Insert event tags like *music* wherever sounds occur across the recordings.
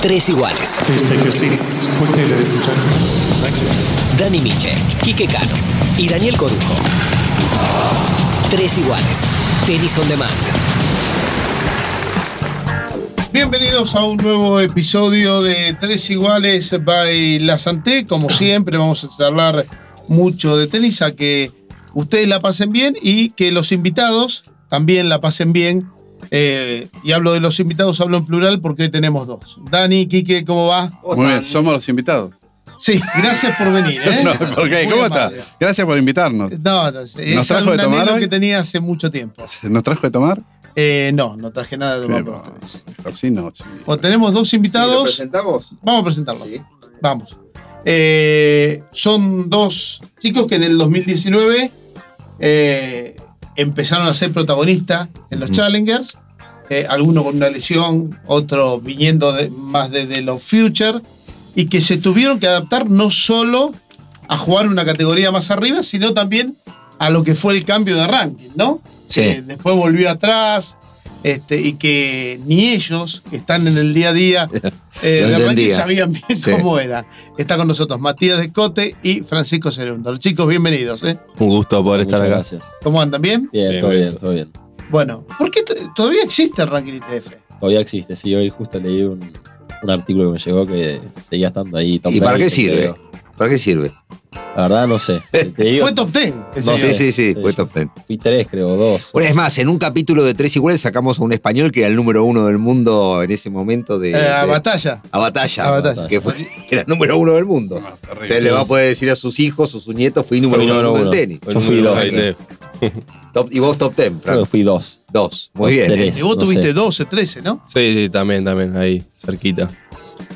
tres iguales. Please take your seats quickly, ladies and gentlemen. Thank you. Dani Miche, Quique Cano y Daniel Corujo. Tres iguales. Tenis on demand. Bienvenidos a un nuevo episodio de Tres Iguales by La Santé. Como siempre, vamos a charlar mucho de tenis, a que ustedes la pasen bien y que los invitados también la pasen bien. Eh, y hablo de los invitados, hablo en plural porque hoy tenemos dos. Dani, Quique, ¿cómo va? Muy bien, somos los invitados. Sí, gracias por venir. ¿eh? *laughs* No, ¿por qué? Muy ¿Cómo está? amable. Gracias por invitarnos. No, no, es ¿Nos trajo un de tomar anhelo hoy? que tenía hace mucho tiempo. ¿Nos trajo de tomar? Eh, no, no traje nada de tomar para Pero, ustedes. pero sí, no. sí. Bueno, tenemos dos ¿Lo invitados. presentamos? Vamos a presentarlos. Sí. Vamos. Eh, son dos chicos que en el 2019 eh, empezaron a ser protagonistas en los Challengers. Eh, alguno con una lesión, otro viniendo de- más desde los Future. Y que se tuvieron que adaptar no solo a jugar una categoría más arriba, sino también a lo que fue el cambio de ranking, ¿no? Sí. Que después volvió atrás. Este, y que ni ellos, que están en el día a día eh, de Lo ranking, entendía. sabían bien Sí. cómo era. Está con nosotros Matías Descote y Francisco Cerundo. Los Chicos, bienvenidos. ¿eh? Un gusto poder estar acá. Muchas gracias. ¿Cómo andan? ¿Bien? Bien, Bien, todo bien. bien, todo bien. Bueno, ¿por qué t- todavía existe el ranking ITF? Todavía existe, sí. Hoy justo leí un, un artículo que me llegó que seguía estando ahí. ¿Y para Brady, qué se sirve? quedó. ¿Para qué sirve? La verdad no *laughs* sé. Te digo, Fue top 10. ese día. No Sí, sé. sí, sí, Sí, fue sí. top ten. fui tres, creo, dos. Bueno, es más, en un capítulo de Tres Iguales sacamos a un español que era el número uno del mundo en ese momento de... Eh, a de- batalla. a batalla. A batalla. Que fue- era el número uno del mundo. No, O terrible. sea, le va a poder decir a sus hijos o sus nietos, fui número Fui uno del número mundo uno. del tenis. Yo fui dos. Ahí te- Top- y vos top ten, Creo que Frank. fui dos. Dos. Muy Top bien. ¿eh? tres. Y vos no tuviste sé. 12, 13, ¿no? Sí, sí, también, también, ahí, cerquita.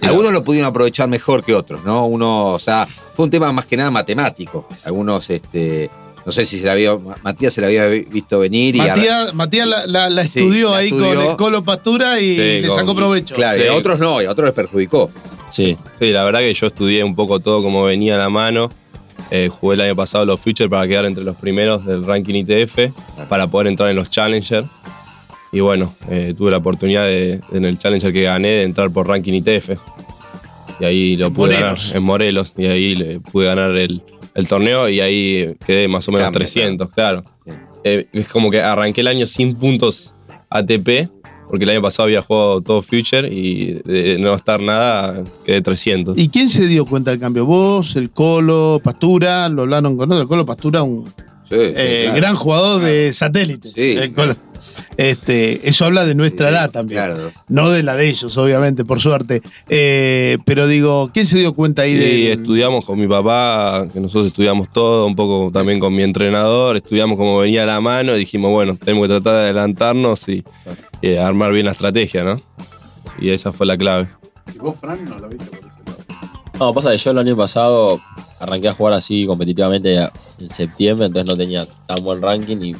Algunos lo pudieron aprovechar mejor que otros, ¿no? Uno, o sea, fue un tema más que nada matemático. Algunos, este, no sé si se la había, Matías se la había visto venir y Matías, Matías la, la- la Sí, estudió la ahí con estudió. el Colo Pastura y Sí, le con- sacó provecho. Claro, y a Sí. otros no, y a otros les perjudicó. Sí. Sí, la verdad que yo estudié un poco todo como venía a la mano. Eh, jugué el año pasado los Future para quedar entre los primeros del ranking ITF, para poder entrar en los Challenger. Y bueno, eh, tuve la oportunidad de, en el Challenger que gané de entrar por ranking ITF. Y ahí lo En pude Morelos. ganar en Morelos. Y ahí le pude ganar el, el torneo y ahí quedé más o menos Cambia, 300, claro. Sí. Eh, es como que arranqué el año sin puntos ATP, porque el año pasado había jugado todo Future y de no estar nada quedé 300. ¿Y quién se dio cuenta del cambio? ¿Vos, el Colo Pastura? ¿Lo hablaron con otro? El Colo Pastura, un Sí, sí, eh, claro. gran jugador de satélites. Sí. El Colo- este, eso habla de nuestra Sí, edad también. Claro. No de la de ellos, obviamente, por suerte. Eh, pero digo, ¿quién se dio cuenta ahí Y de.? estudiamos con mi papá, que nosotros estudiamos todo, un poco también con mi entrenador, estudiamos como venía a la mano y dijimos, bueno, tenemos que tratar de adelantarnos y, y armar bien la estrategia, ¿no? Y esa fue la clave. ¿Y vos, Fran, no lo viste por ese lado? No, pasa que yo el año pasado arranqué a jugar así competitivamente en septiembre, entonces no tenía tan buen ranking, y-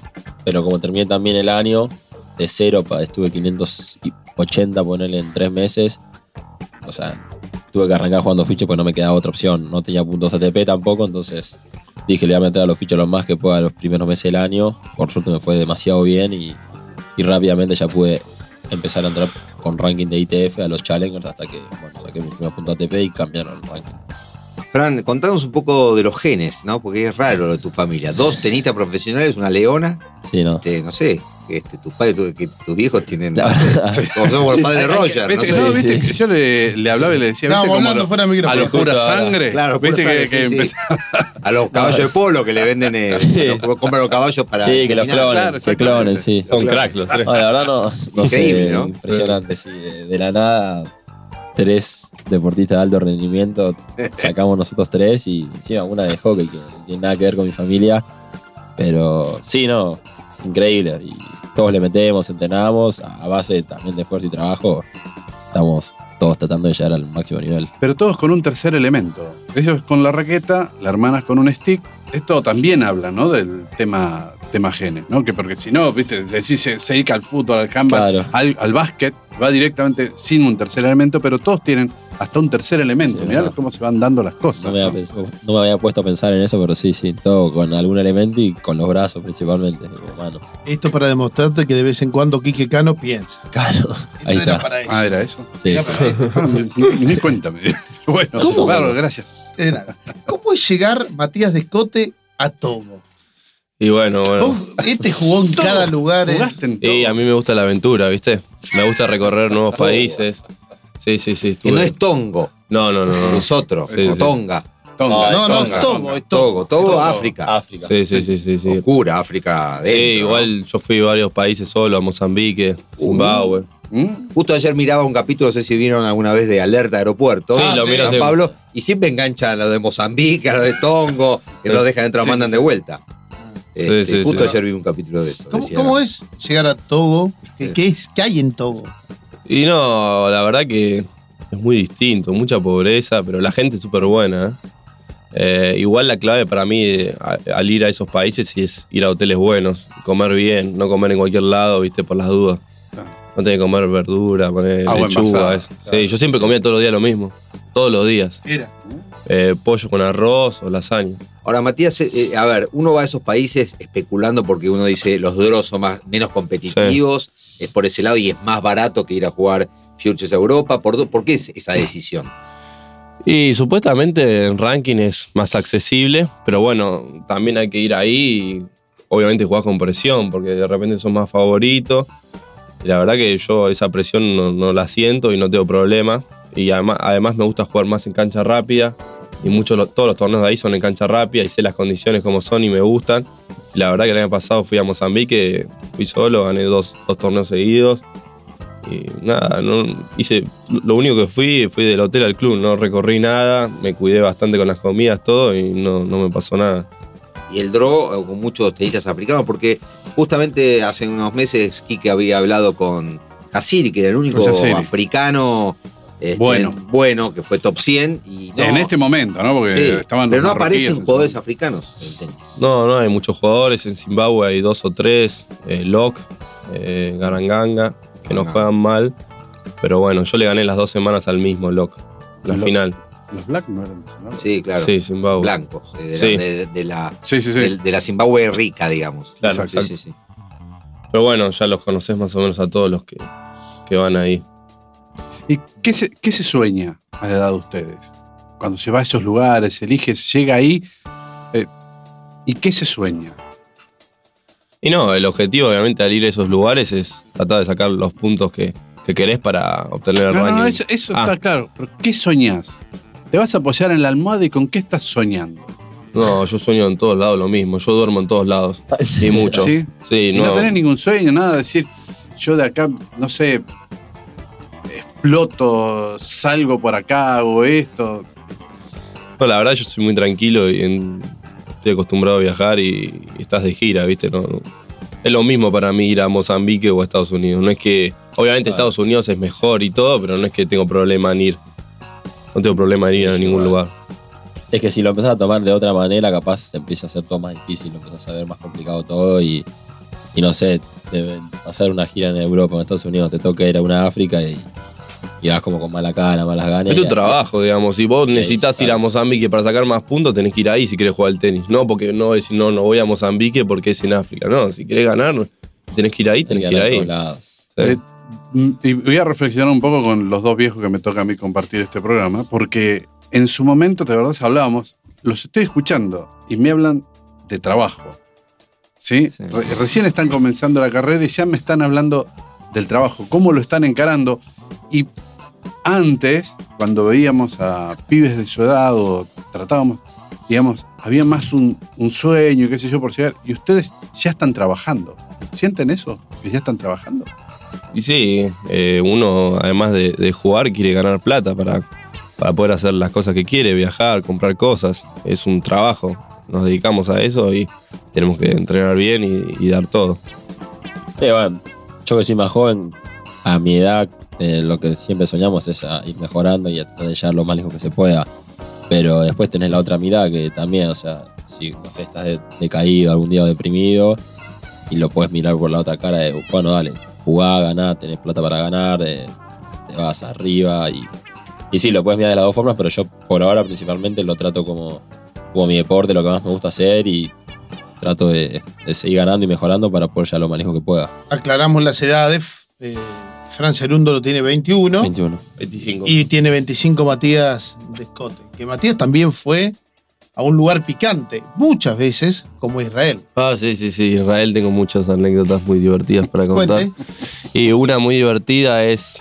pero como terminé también el año de cero, pa- estuve 580 ponerle en tres meses, o sea, tuve que arrancar jugando fichas porque no me quedaba otra opción, no tenía puntos ATP tampoco, entonces dije le voy a meter a los fichas lo más que pueda los primeros meses del año, por suerte me fue demasiado bien y, y rápidamente ya pude empezar a entrar con ranking de ITF a los challengers hasta que bueno, saqué mi primer punto ATP y cambiaron el ranking. Fran, contanos un poco de los genes, ¿no? Porque es raro lo de tu familia. Dos tenistas profesionales, una leona, Sí, no. este, no sé, este, tus padres, tu- que tus viejos tienen. La verdad. Como somos los padres de Roger, no ¿Viste que sé. yo, Sí, viste sí. que yo le, le hablaba y le decía, Estábamos ¿viste como hablando lo- fuera de a micrófono. los pura Justo ahora. sangre? Claro, pura ¿Viste que, sangre, que sí, sí. empezaba- A los caballos de polo que le venden, eh, los- compran los caballos para. sí, que los seminar. clonen, claro, que exactamente. clonen, sí. Son cracks los tres. No, la verdad no, no Increíble, sé, ¿no? impresionante, sí. De, de la nada, tres deportistas de alto rendimiento, sacamos nosotros tres y encima una de hockey que no tiene nada que ver con mi familia. Pero sí, no, increíble. Y todos le metemos, entrenamos, a a base también de esfuerzo y trabajo. Estamos todos tratando de llegar al máximo nivel. Pero todos con un tercer elemento. Ellos con la raqueta, la hermana es con un stick. Esto también habla, ¿no? Del tema, tema genes, ¿no? Que porque si no, viste, si se, se dedica al fútbol, al handball, Claro. al, al básquet, va directamente sin un tercer elemento, pero todos tienen hasta un tercer elemento. Sí, Mirá verdad. cómo se van dando las cosas. No me, había pens- no me había puesto a pensar en eso, pero sí, sí, todo con algún elemento y con los brazos principalmente, digo, manos. Esto para demostrarte que de vez en cuando Quique Cano piensa. Claro, Esto ahí era está. para eso. Ah, era eso. Sí, Era sí. *laughs* para esto. Ah, ni, ni cuenta me di. *laughs* Bueno, ¿Cómo? claro, gracias. Era. ¿Cómo es llegar Matías Descote a Togo? Y bueno, bueno. Vos, Este jugó en cada lugar. eh. Jugaste en todo. Y a mí me gusta la aventura, ¿viste? Me gusta *laughs* recorrer nuevos países. Sí, sí, sí. Que estuve- Oh. no es Tongo, no, no, no, no. es otro, Sí, o sí. Tonga. Tonga. No, no, es Tonga. Togo, es Togo. Togo, Togo, Togo. África. África. Sí, sí, sí, sí. sí. Oscura, África Sí, dentro. igual yo fui a varios países solo, a Mozambique, Uh. Zimbabue. ¿Mm? ¿no? Justo ayer miraba un capítulo, no sé si vieron alguna vez, de Alerta Aeropuerto, Sí, de lo San miro siempre. Pablo, y siempre enganchan a los de Mozambique, a los de Tongo, que Sí. no dejan entrar, Sí, mandan sí, de vuelta. Este, sí, sí. justo ayer vi un capítulo de eso. ¿Cómo, decía- cómo es llegar a Togo? ¿Qué, qué es, qué hay en Togo? Y no, la verdad que es muy distinto, mucha pobreza, pero la gente es súper buena. ¿eh? Eh, igual la clave para mí eh, a- al ir a esos países es ir a hoteles buenos, comer bien, no comer en cualquier lado, viste, por las dudas. Claro. No tenés que comer verdura, poner Ah. Agua envasada, lechuga. eso. claro, sí, yo siempre sí. comía todos los días lo mismo, todos los días. Era. Eh, pollo con arroz o lasaña. Ahora, Matías, eh, eh, a ver, uno va a esos países especulando porque uno dice los Dross son más, menos competitivos, es por ese lado y es más barato que ir a jugar Futures a Europa. ¿Por, do- por qué es esa decisión? Y supuestamente en ranking es más accesible, pero bueno, también hay que ir ahí y obviamente jugás con presión, porque de repente sos más favorito. Y la verdad que yo esa presión no, no la siento y no tengo problema. Y además, además me gusta jugar más en cancha rápida. Y muchos, lo- todos los torneos de ahí son en cancha rápida y sé las condiciones como son y me gustan. Y la verdad que el año pasado fui a Mozambique, fui solo, gané dos, dos torneos seguidos. Y nada, no, hice, lo único que fui fui del hotel al club, no recorrí nada, me cuidé bastante con las comidas, todo, y no, no me pasó nada. Y el Dross eh, con muchos tenistas africanos, porque justamente hace unos meses Quique había hablado con Kassiri, que era el único Con Yassiri. africano este, Bueno. bueno, que fue top 100. Y no- En este momento, ¿no? Porque Sí, estaban pero los no marroquíes, aparecen jugadores africanos en tenis. No, no, hay muchos jugadores, en Zimbabue hay dos o tres, eh, Locke, eh, Garanganga, que no Garanganga. juegan mal, pero bueno, yo le gané las dos semanas al mismo Locke, la Locke. final. Los Black no eran nacionales. Sí, claro. Sí, Zimbabue. Blancos, eh, de, Sí. la, de- de la- Sí, sí, sí. del- de la Zimbabue rica, digamos. Claro, sí, exacto. sí, sí. Pero bueno, ya los conoces más o menos a todos los que, que van ahí. ¿Y qué se, qué se sueña a la edad de ustedes? Cuando se va a esos lugares, eliges, llega ahí. eh, ¿Y qué se sueña? Y no, el objetivo obviamente al ir a esos lugares es tratar de sacar los puntos que, que querés para obtener el No, no, ranking. no, eso, eso Ah. está claro. Pero ¿qué soñás? ¿Te vas a apoyar en la almohada y con qué estás soñando? No, yo sueño en todos lados lo mismo. Yo duermo en *laughs* todos lados. Ah, Y mucho. ¿Sí? Sí, Y no. no tenés ningún sueño, nada. Decir, yo de acá, no sé, exploto, salgo por acá, hago esto. No, la verdad, yo soy muy tranquilo y en- estoy acostumbrado a viajar y, y estás de gira, ¿viste? No, no- Es lo mismo para mí ir a Mozambique o a Estados Unidos. No es que. Obviamente, Claro. Estados Unidos es mejor y todo, pero no es que tengo problema en ir. No tengo problema en ir a Sí, igual. ningún lugar. Es que si lo empezás a tomar de otra manera, capaz se empieza a hacer todo más difícil, lo empezás a ver más complicado todo y, y no sé, de hacer una gira en Europa o en Estados Unidos, te toca ir a una África y, y vas como con mala cara, malas ganas. Es tu y- trabajo, digamos. Si vos necesitas ir claro. a Mozambique para sacar más puntos, tenés que ir ahí si querés jugar al tenis. No porque no decir, no, no voy a Mozambique porque es en África. No, si querés ganar, tenés que ir ahí, tenés que ir ganar en ahí. todos lados. Sí. Eh, mm, y voy a reflexionar un poco con los dos viejos que me toca a mí compartir este programa, porque en su momento, de verdad, hablábamos, los estoy escuchando y me hablan de trabajo. ¿Sí? Sí. Re- recién están comenzando la carrera y ya me están hablando del trabajo, cómo lo están encarando. Y antes, cuando veíamos a pibes de su edad o tratábamos, digamos, había más un, un sueño, qué sé yo, por llegar, y ustedes ya están trabajando. ¿Sienten eso? ¿Que ya están trabajando? Y sí, eh, uno además de, de jugar quiere ganar plata para, para poder hacer las cosas que quiere, viajar, comprar cosas. Es un trabajo. Nos dedicamos a eso y tenemos que entrenar bien y, y dar todo. Sí, bueno, yo que soy más joven, a mi edad, eh, lo que siempre soñamos es a ir mejorando y a tratar de llegar lo más lejos que se pueda. Pero después tenés la otra mirada que también, o sea, si no sé, estás de- decaído algún día o deprimido y lo puedes mirar por la otra cara de, bueno, dale, jugá, ganá, tenés plata para ganar, eh, te vas arriba y Y sí, lo puedes mirar de las dos formas, pero yo por ahora principalmente lo trato como, como mi deporte, lo que más me gusta hacer y trato de, de seguir ganando y mejorando para poder ya lo manejo que pueda. Aclaramos las edades. Eh, Fran Cerundo lo tiene 21 21. 25. y tiene 25 Matías de Escote. Que Matías también fue a un lugar picante muchas veces, como Israel. Ah, sí, sí, sí. Israel tengo muchas anécdotas muy divertidas para contar. Cuente. Y una muy divertida es.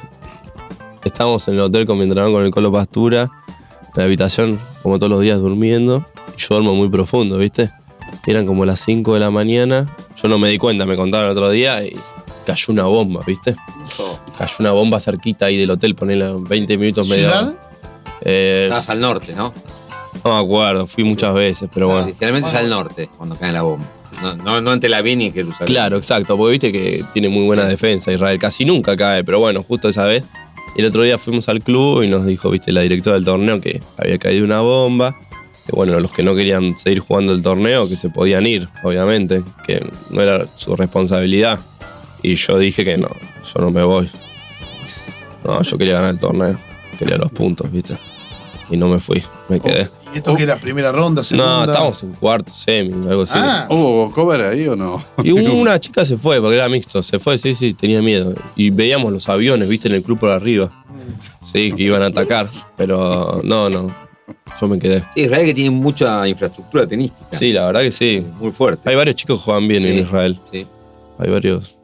Estábamos en el hotel con mi entrenador con el Colo Pastura, en la habitación, como todos los días, durmiendo. Y yo duermo muy profundo, ¿viste? Eran como las 5 de la mañana. Yo no me di cuenta, me contaron el otro día y cayó una bomba, ¿viste? Cayó una bomba cerquita ahí del hotel, ponele 20 minutos, media hora. ¿Ciudad? Eh, Estabas al norte, ¿no? no me acuerdo, fui muchas veces, pero bueno. Ah, Sí, Generalmente es al norte cuando cae la bomba. No, no, no en Tel Aviv ni en Jerusalén. Claro, exacto, porque viste que tiene muy buena defensa Israel, casi nunca cae, pero bueno, justo esa vez. El otro día fuimos al club y nos dijo, viste, la directora del torneo que había caído una bomba. Que bueno, los que no querían seguir jugando el torneo, que se podían ir, obviamente, que no era su responsabilidad. Y yo dije que no, yo no me voy. No, yo quería ganar el torneo, quería los puntos, viste. Y no me fui, me quedé. Y esto que era primera ronda, Oh, segunda. No, estábamos en cuarto, semi, algo así. Ah, ¿Hubo cover ahí o no? Y una chica se fue, porque era mixto. Se fue, sí, sí, tenía miedo. Y veíamos los aviones, viste, en el club por arriba. Sí, que iban a atacar. Pero no, no. Yo me quedé. Sí, Israel que tiene mucha infraestructura tenística. Sí, la verdad que sí. Muy fuerte. Hay varios chicos que juegan bien Sí. en Israel. Sí. Hay varios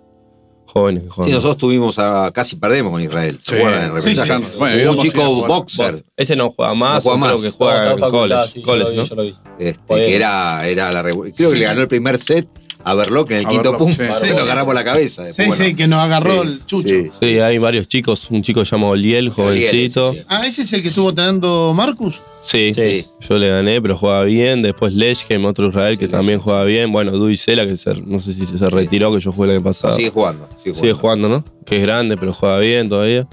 jóvenes que Sí, juegan. nosotros tuvimos a. casi perdemos con Israel. ¿Se Sí. acuerdan? En Sí, repechaje? sí, sí. Bueno, Hubo un íbamos a ir a chico jugar boxer Ese no juega No más, juega otro más. que juega en college, college, ¿no? yo lo vi. este, Bueno. que era, era la revu- Creo que le ganó el primer set a Berloc en el A quinto Verloc, punto. sí. Después Sí, nos sí. ganamos la cabeza. sí, Después, sí, Oh, bueno, que nos agarró sí, el chucho. sí. Sí, hay varios chicos. Un chico llamado Oliel, jovencito. sí, sí. Ah, ese es el que estuvo teniendo Marcus. Sí, Sí. yo le gané, pero jugaba bien. Después Leshkem, otro Israel que también jugaba bien. Bueno, Duisela, que se- no sé si se retiró, que yo jugué el año pasado. Sigue jugando. Sigue Ah. Sigue jugando. jugando, ¿no? Que es grande, pero juega bien todavía.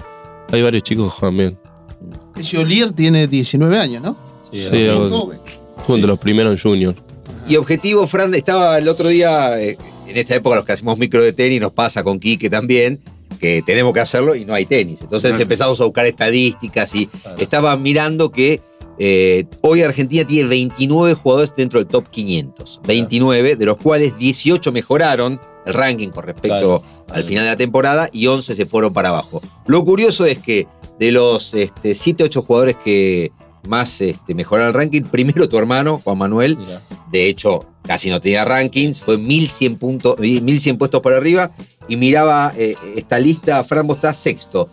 Hay varios chicos que juegan bien. Ese Olier tiene 19 años, ¿no? Sí, Sí, algo- Joven. fue entre los primeros en junior. Y objetivo, Fran, estaba el otro día, eh, en esta época los que hacemos micro de tenis, nos pasa con Quique también, que tenemos que hacerlo y no hay tenis. Entonces Claro. empezamos a buscar estadísticas y estaba mirando que eh, hoy Argentina tiene 29 jugadores dentro del top 500. 29, de los cuales 18 mejoraron el ranking con Claro. respecto al final de la temporada y 11 se fueron para abajo. Lo curioso es que de los este, 7, 8 jugadores que más este, mejoraron el ranking, primero tu hermano, Juan Manuel, Mirá. de hecho, casi no tenía rankings, fue 1100, puntos, 1100 puestos por arriba y miraba eh, esta lista, Frambo está sexto,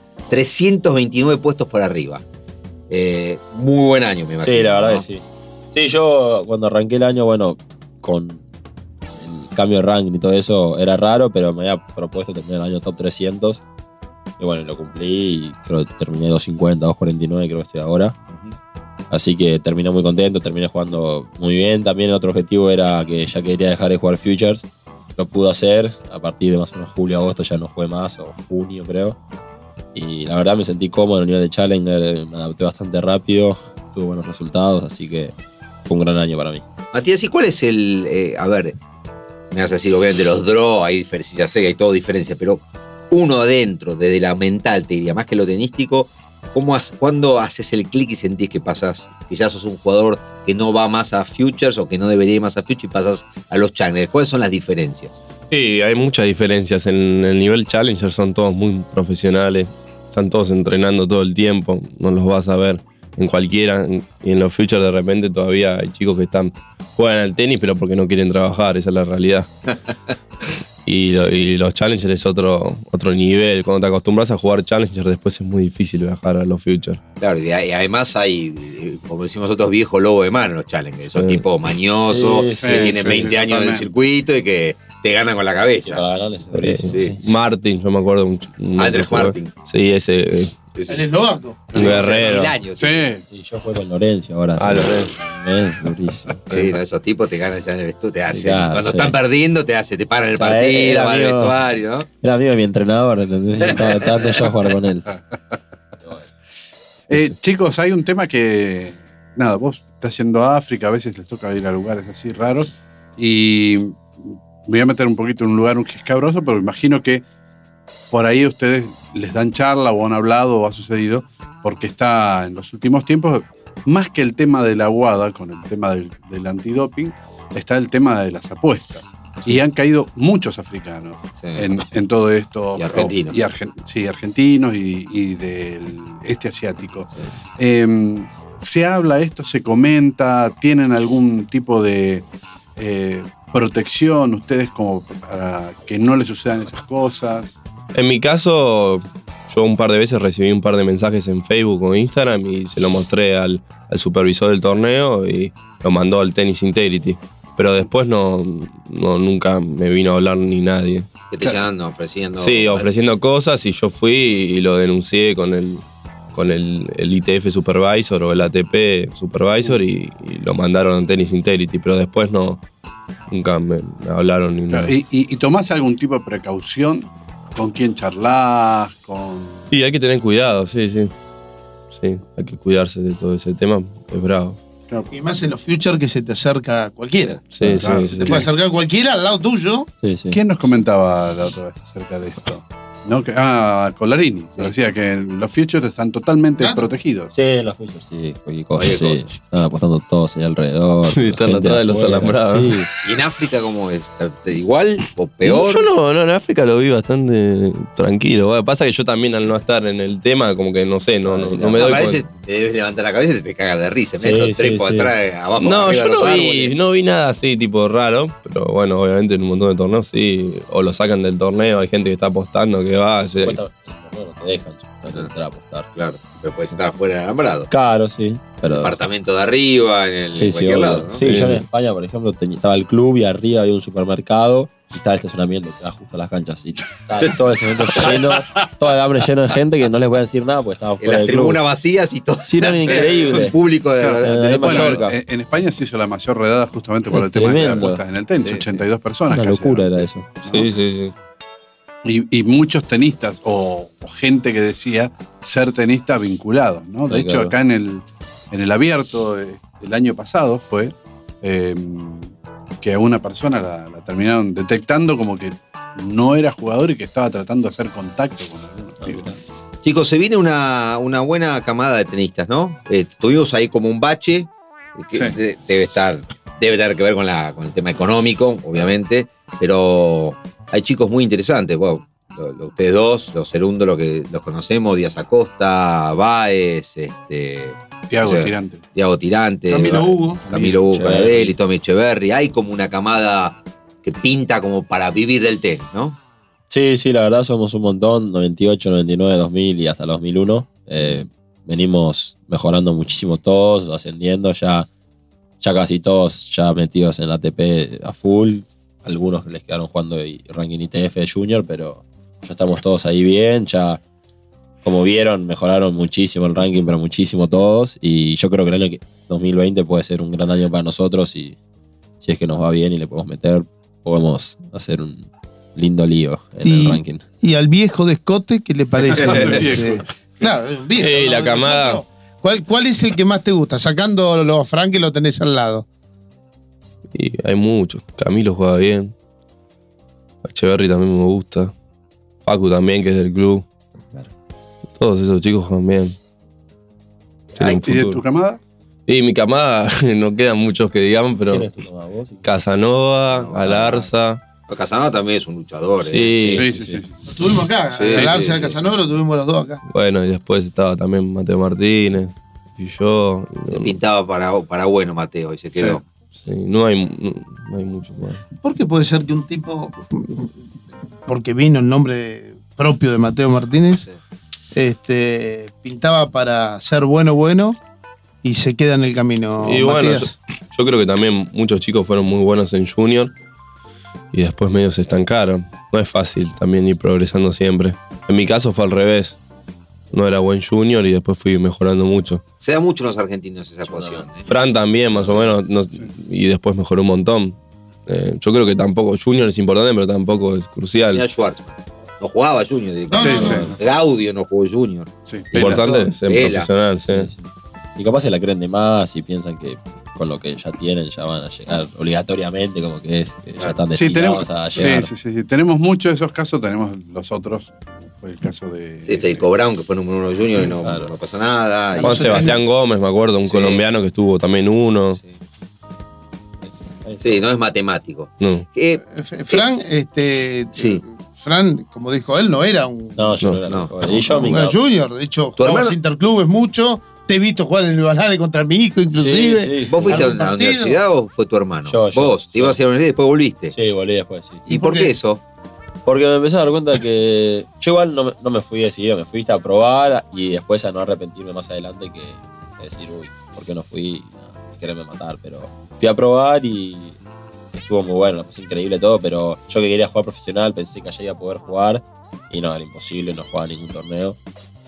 329 puestos por arriba. Eh, muy buen año, me imagino. Sí, la verdad ¿no? que sí. Sí, yo cuando arranqué el año, bueno, con el cambio de ranking y todo eso, era raro, pero me había propuesto terminar el año top 300. Y bueno, lo cumplí y creo que terminé 250, 249, creo que estoy ahora. Así que terminé muy contento, terminé jugando muy bien. También otro objetivo era que ya quería dejar de jugar Futures. Lo pude hacer. A partir de más o menos julio, agosto ya no jugué más, o junio creo. Y la verdad me sentí cómodo en el nivel de Challenger, eh, me adapté bastante rápido, tuve buenos resultados, así que fue un gran año para mí. Matías, ¿y cuál es el. eh, a ver, me vas a decir, obviamente, los draw, hay diferencia, ya sé que hay todo diferencia, pero uno adentro, desde la mental, te diría, más que lo tenístico, ¿cómo has- ¿cuándo haces el clic y sentís que pasás, que ya sos un jugador que no va más a Futures o que no debería ir más a Futures y pasás a los Channels? ¿Cuáles son las diferencias? Sí, hay muchas diferencias. En el nivel Challenger son todos muy profesionales. Están todos entrenando todo el tiempo. No los vas a ver en cualquiera. Y en los Futures de repente todavía hay chicos que están juegan al tenis, pero porque no quieren trabajar. Esa es *laughs* la realidad. Y, lo- y los Challengers es otro, otro nivel. Cuando te acostumbras a jugar Challenger, después es muy difícil viajar a los Futures. Claro, y a- y además hay, eh, como decimos nosotros, viejo lobo de mano en los Challengers. Son Sí. tipos mañosos, Sí, sí, que tienen sí, sí, 20 años en el totalmente. circuito y que te ganan con la Y cabeza. para ganar es Sí. Martin, yo me acuerdo. Un, un Andrés otro jugador. Martin. Sí, ese. eh, El eslovaco. Un guerrero. mil *laughs* años, Sí. Y yo juego con Lorenzo ahora. Ah, así Lorenzo. que Es durísimo. Sí, no, esos tipos te ganan ya en el vestuario, te hacen. claro, Cuando sí. están perdiendo, te hace, te paran el O sea, él, partido, van al amigo. vestuario, ¿no? Era amigo de mi entrenador, ¿entendés? Yo estaba tratando yo a jugar con él. Eh, chicos, hay un tema que. Nada, vos estás yendo a África, a veces les toca ir a lugares así raros. Y voy a meter un poquito en un lugar que es cabroso, pero imagino que por ahí ustedes les dan charla o han hablado o ha sucedido, porque está en los últimos tiempos, más que el tema de la aguada, con el tema del, del antidoping, está el tema de las apuestas. Y han caído muchos africanos Sí. en, en todo esto. Y argentinos. Y argen- sí, argentinos y, y del este asiático. Eh, ¿Se habla esto? ¿Se comenta? ¿Tienen algún tipo de eh, protección ustedes como para que no les sucedan esas cosas? En mi caso, yo un par de veces recibí un par de mensajes en Facebook o Instagram y se lo mostré al, al supervisor del torneo y lo mandó al Tennis Integrity. Pero después no, no- nunca me vino a hablar ni nadie. Que te llegan ofreciendo. sí, ofreciendo cosas y yo fui y lo denuncié con el con el, el ITF Supervisor o el ATP Supervisor y, y lo mandaron a Tennis Integrity, pero después no nunca me, me hablaron ni nada. ¿Y, y, y tomás algún tipo de precaución? ¿Con quién charlas? ¿Con...? Sí, hay que tener cuidado, sí, sí. Sí, hay que cuidarse de todo ese tema. Es bravo. Y más en los future que se te acerca cualquiera. Sí, Claro, sí, se sí. Te puede acercar cualquiera al lado tuyo. Sí, sí. ¿Quién nos comentaba la otra vez acerca de esto? ¿No? Que- ah, Colarini. nos Decía que los futures están totalmente Claro. protegidos. Sí, en los Fishers, sí, cualquier cosa. Cualquier sí. cosa. Están apostando todos ahí alrededor. Sí, están gente atrás de los afuera, alambrados. Sí, ¿Y en África cómo es? ¿Te- ¿Igual o peor? Yo no, no, en África lo vi bastante tranquilo. Bueno, pasa que yo también al no estar en el tema, como que no sé, no, no, no me Ah, doy a veces cuenta. te debes levantar la cabeza y te cagas de risa. Sí, Meto sí, trepo sí. atrás, abajo. No, arriba yo de los no vi, árboles. no vi nada así tipo raro, pero bueno, obviamente en un montón de torneos sí, o lo sacan del torneo, hay gente que está apostando que va, se- Cuesta- bueno, te dejan, chicos, te entrar a apostar. Claro, pero puedes estar afuera del alambrado. Caro, sí. En el Pero departamento de arriba, en, el, en Sí, sí, cualquier obvio. lado. ¿no? Sí, Sí, yo en sí. España, por ejemplo, tenía- estaba el club y arriba había un supermercado y estaba el estacionamiento, que estaba justo a las canchas. Y *laughs* estaba todo el cemento lleno, todo el hambre lleno de gente que no les voy a decir nada porque estaba En fuera las del tribunas club. vacías y todo. Sí, *laughs* no, Un increíble. público de, Claro, eh, de- en del Eh, la otro misma lado. Bueno, Mallorca. en, en España se hizo la mayor redada justamente por Es el tema de las tremendo. apuestas en el tenis. Sí, sí. 82 personas. Una casi locura eran. era eso. sí, sí, sí. Y, y muchos tenistas o, o gente que decía ser tenista vinculados. ¿no? De Ah, hecho, claro. acá en el, en el abierto eh, el año pasado fue eh, que a una persona la, la terminaron detectando como que no era jugador y que estaba tratando de hacer contacto con algunos pibes. Chicos, se viene una, una buena camada de tenistas, ¿no? Eh, tuvimos ahí como un bache. eh, que Sí. de- debe estar. Debe tener que ver con, la, con el tema económico, obviamente. Pero hay chicos muy interesantes. Bueno, lo- lo- ustedes dos, los Cerundos, los que los conocemos, Díaz Acosta, Baez, este. Tiago O sea, Tirante. Thiago Tirante. Camilo Ba- Hugo. Camilo Hugo Echeverri. Canadel y Tommy Echeverry. Hay como una camada que pinta como para vivir del té, ¿no? Sí, sí, la verdad somos un montón, 98, 99, 2000 y hasta 2001. Eh, venimos mejorando muchísimo todos, ascendiendo, ya, ya casi todos ya metidos en la ATP a full. Algunos les quedaron jugando y- ranking ITF Junior, pero ya estamos todos ahí bien, ya como vieron mejoraron muchísimo el ranking, pero muchísimo todos y yo creo que el año que- 2020 puede ser un gran año para nosotros y si es que nos va bien y le podemos meter, podemos hacer un lindo lío en Y- el ranking. Y al viejo de escote, ¿qué le *laughs* parece? El viejo. Claro, es un viejo. Sí, ¿no? la camada. Nosotros, ¿Cuál, ¿Cuál es el que más te gusta? Sacando los Frank que lo tenés al lado. Y hay muchos. Camilo juega bien. Echeverry también me gusta. Facu también, que es del club. Todos esos chicos juegan bien. Tienen ¿Y de tu futuro. camada? Y mi camada, *laughs* no quedan muchos que digamos, pero ¿Quién es tu mamá, vos? Casanova, Alarza. Pero Casanova también es un luchador. ¿eh? Sí. sí. Lo tuvimos acá. Sí, a Larce sí, a sí. Casanova lo tuvimos los dos acá. Bueno, y después estaba también Mateo Martínez y yo. Le No, Pintaba para, para bueno Mateo y se quedó. sí, no hay, no, no hay mucho más. ¿Por qué puede ser que un tipo, porque vino el nombre propio de Mateo Martínez, este, pintaba para ser bueno, bueno y se queda en el camino? Y bueno, yo, Matías? yo creo que también muchos chicos fueron muy buenos en junior y después medio se estancaron. No es fácil también ir progresando siempre. En mi caso fue al revés. No era buen junior y después fui mejorando mucho. Se da mucho a los argentinos esa ecuación. ¿eh? Fran también, más o menos, no- y después mejoró un montón. Eh, yo creo que tampoco, junior es importante, pero tampoco es Mirá crucial. Schwarzman. No jugaba Junior. directamente. No, no, Gaudio no jugó Junior. sí. Pela, Importante todo. es ser Pela. profesional, sí. Sí, sí. Y capaz se la creen de más y piensan que con lo que ya tienen ya van a llegar obligatoriamente, como que es, que ya están destinados Sí, tenemos, a sí, llegar. sí, sí, sí. tenemos muchos de esos casos, tenemos los otros Fue el caso de. Sí, Federico Brown, Este, que fue número uno junior y no, no pasó nada. Y- Juan Sebastián Gómez, me acuerdo, un Sí. colombiano que estuvo también uno. Sí. Sí, no es matemático. No. Eh, F- Fran, este. Sí. Fran, como dijo él, no era un, No, yo No, no, era no. mejor. Y yo un me jugador encanta. junior. De hecho, ¿Tu jugamos hermano? interclubes mucho. Te he visto jugar en el Banale contra mi hijo, inclusive. Sí, sí. ¿Vos fuiste a ¿Algún la partido? universidad o fue tu hermano? Yo, yo, Vos, te yo. ibas a la universidad y después volviste. Sí, volví después, sí. ¿Y por qué eso? Porque me empecé a dar cuenta que yo igual no me, no me fui decidido, me fuiste a probar y después a no arrepentirme más adelante que de decir, uy, ¿por qué no fui? Nada, Quererme matar, pero fui a probar y estuvo muy bueno, la pasé increíble todo, pero yo que quería jugar profesional pensé que allá iba a poder jugar y no, era imposible, no jugaba ningún torneo.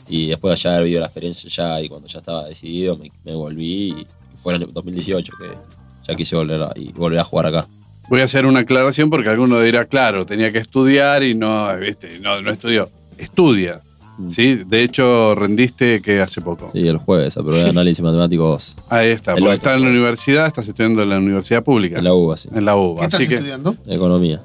Y después de allá haber vivido la experiencia ya y cuando ya estaba decidido me, me volví y fue en el 2018 que ya quise volver a, y volver a jugar acá. Voy a hacer una aclaración porque alguno dirá, claro, tenía que estudiar y no, viste, no, no estudió. Estudia. Mm. Sí, de hecho, rendiste que hace poco. Sí, el jueves aprobé análisis matemáticos Ahí está, El porque otro, estás en la pues. universidad, estás estudiando en la universidad pública. en la UBA, sí. En la UBA. ¿Qué estás Así que, estudiando? Economía.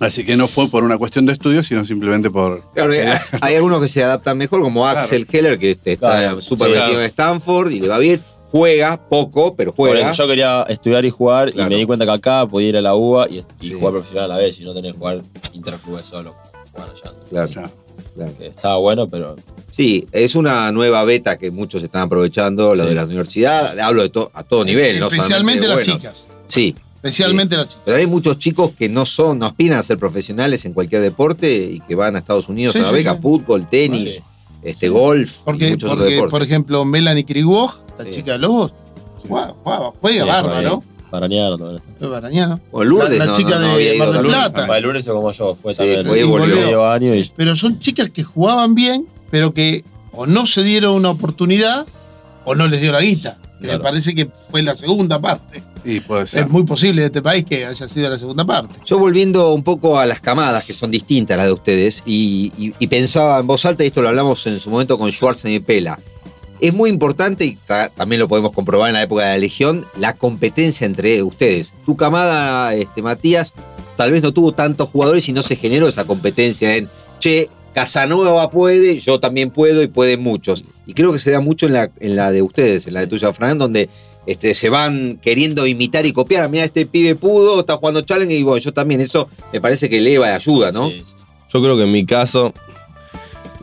así que no fue por una cuestión de estudio, sino simplemente por. Claro, eh, hay algunos que se adaptan mejor, como Claro. Axel Heller, que este, está Claro. súper Sí, metido claro. en Stanford y le va bien. Juega poco, pero Por juega. ejemplo, yo quería estudiar y jugar Claro. y me di cuenta que acá podía ir a la UBA y, y Sí. jugar profesional a la vez y no tener que jugar interclubes solo. Bueno, ya. Claro, ya. claro. Que estaba bueno, pero Sí, es una nueva beta que muchos están aprovechando, lo Sí. de la universidad. Hablo de to- a todo nivel, no solamente Eh, Especialmente las bueno. chicas. Sí, Especialmente las chicas. pero hay muchos chicos que no son, no aspiran a ser profesionales en cualquier deporte y que van a Estados Unidos Sí, a la sí, beca, sí. fútbol, tenis, Sí. este golf, y Porque, muchos otros porque deportes. por ejemplo, Melanie Kriguoj, la Sí. chica de Lobos, jugaba- jugaba- juega Sí, barba, sí. ¿no? para niñar no. Fue barañano. O Lourdes, la, la no, chica no, no había de ido Mar a del Lourdes. Plata. Para el lunes como yo fue Sí, Pues también. fue y y volvió. años y Pero son chicas que jugaban bien, pero que o no se dieron una oportunidad o no les dio la guita. Que Claro. Me parece que fue la segunda parte. Y puede ser. Es muy posible de este país que haya sido la segunda parte. Yo volviendo un poco a las camadas que son distintas las de ustedes y, y- y pensaba en voz alta, y esto lo hablamos en su momento con Schwarzenegger y Pela, es muy importante, y ta- también lo podemos comprobar en la época de la Legión, la competencia entre ustedes. Tu camada, este, Matías, tal vez no tuvo tantos jugadores y no se generó esa competencia en, che, Casanueva puede, yo también puedo y pueden muchos. Y creo que se da mucho en la, en la de ustedes, en la de tuya, Fran, donde este, se van queriendo imitar y copiar. Mira, este pibe pudo, está jugando challenge y bueno, yo también. Eso me parece que eleva y ayuda, ¿no? Sí, sí. Yo creo que en mi caso,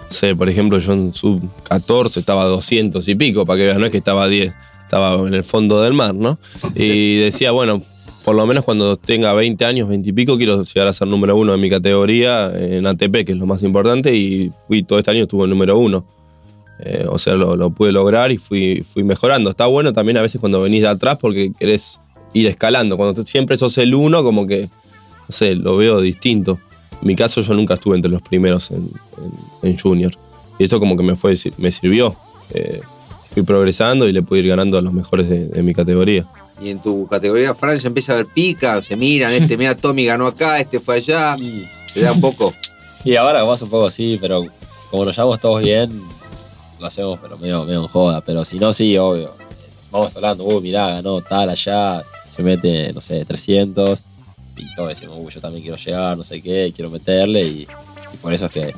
sé, por ejemplo, yo en sub 14 estaba a 200 y pico, para que veas, no es que estaba a 10, estaba en el fondo del mar, ¿no? *laughs* Y decía, bueno, por lo menos cuando tenga 20 años, 20 y pico, quiero llegar a ser número uno en mi categoría en ATP, que es lo más importante, y fui todo este año estuve número uno. Eh, o sea, lo, lo pude lograr y fui, fui mejorando. Está bueno también a veces cuando venís de atrás porque querés ir escalando. Cuando tú siempre sos el uno, como que, no sé, lo veo distinto. En mi caso yo nunca estuve entre los primeros en, en- en junior. Y eso como que me, fue, me sirvió. Eh, fui progresando y le pude ir ganando a los mejores de, de mi categoría. Y en tu categoría, Fran, ya empieza a ver pica, se miran, este, mira, Tommy ganó acá, este fue allá. Y, Se da un poco. y ahora más un poco así, pero como nos llevamos todos bien, lo hacemos, pero medio, medio en joda. Pero si no, sí, obvio. Vamos hablando, uy, mirá, ganó tal allá, se mete, no sé, 300. Y todos decimos, uy, yo también quiero llegar, no sé qué, quiero meterle. Y, y por eso es que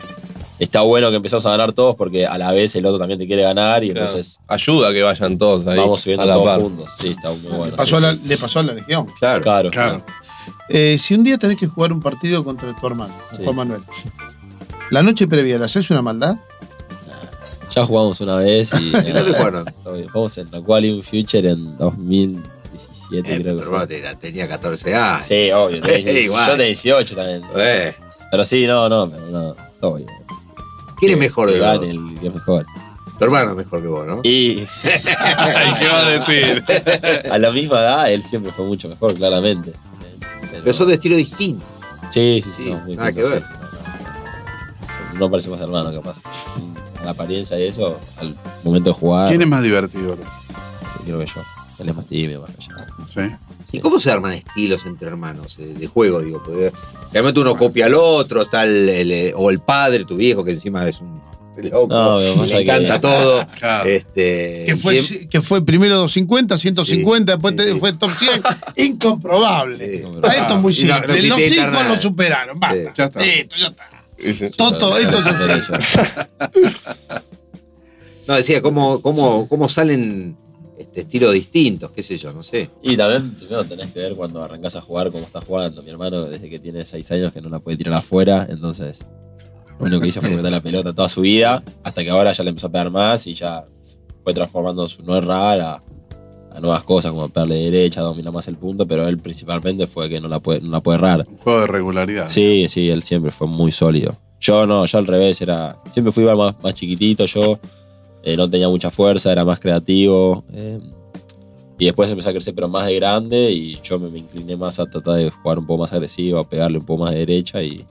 está bueno que empezamos a ganar todos, porque a la vez el otro también te quiere ganar y entonces Ayuda que vayan todos ahí. vamos subiendo a la todos par. juntos. Sí, está muy bueno. Pasó sí, a la- sí. Le pasó a la Legión. Claro. Claro, Claro. Eh, si un día tenés que jugar un partido contra tu hermano, Sí. Juan Manuel, la noche previa, ¿le haces una maldad? Ya jugamos una vez *laughs* y. ¿Y dónde jugaron? Este Jugamos en la Qualium Future en 2017, Eh, creo tu que. hermano fue. tenía, tenía 14 años. Sí, *laughs* obvio. tenés- Igual. Yo de 18 también. Eh, Pero sí, no, no, pero no. Obvio. ¿Quién es mejor de Que los gane dos? el que es mejor. Tu hermano es mejor que vos, ¿no? Y *laughs* ¿Qué vas a decir? a la misma edad, él siempre fue mucho mejor, claramente. Pero son de estilo distinto. Sí, sí, sí, Sí, somos muy nada que distintos, ver. sí, sí, no, no. No parecemos hermanos, capaz. Sin la apariencia y eso, al momento de jugar, ¿Quién es más divertido? creo que yo. Él es más tímido, más callado. Sí. ¿Y cómo se arman estilos entre hermanos eh, de juego? Digo, porque realmente uno copia al otro, está el- el- eh, o el padre, tu viejo, que encima es un loco, No, pero más le hay que- *laughs* encanta todo. Claro. Este, Que fue, siem- que fue primero 250, 150, después sí, te- sí. fue top 100. *laughs* Incomprobable. Sí. A esto es muy Y no- no simple. existe Los internet. hijos lo superaron. Basta. Ya está. Listo, ya está. Toto, *laughs* esto es así. No, decía, ¿cómo, cómo, cómo salen este, estilos distintos? ¿Qué sé yo? No sé. Y también primero tenés que ver cuando arrancás a jugar cómo estás jugando. Mi hermano, desde que tiene 6 años, que no la puede tirar afuera, entonces lo único que hizo fue meter la pelota toda su vida, hasta que ahora ya le empezó a pegar más y ya fue transformando su no errar a, a nuevas cosas, como pegarle derecha, dominar más el punto, pero él principalmente fue que no la puede, no la puede errar. Un juego de regularidad. Sí, sí, él siempre fue muy sólido. Yo no, yo al revés, era. Siempre fui más, más chiquitito, yo eh, no tenía mucha fuerza, era más creativo. eh, y después empecé a crecer, pero más de grande, y yo me, me incliné más a tratar de jugar un poco más agresivo, a pegarle un poco más de derecha. Y,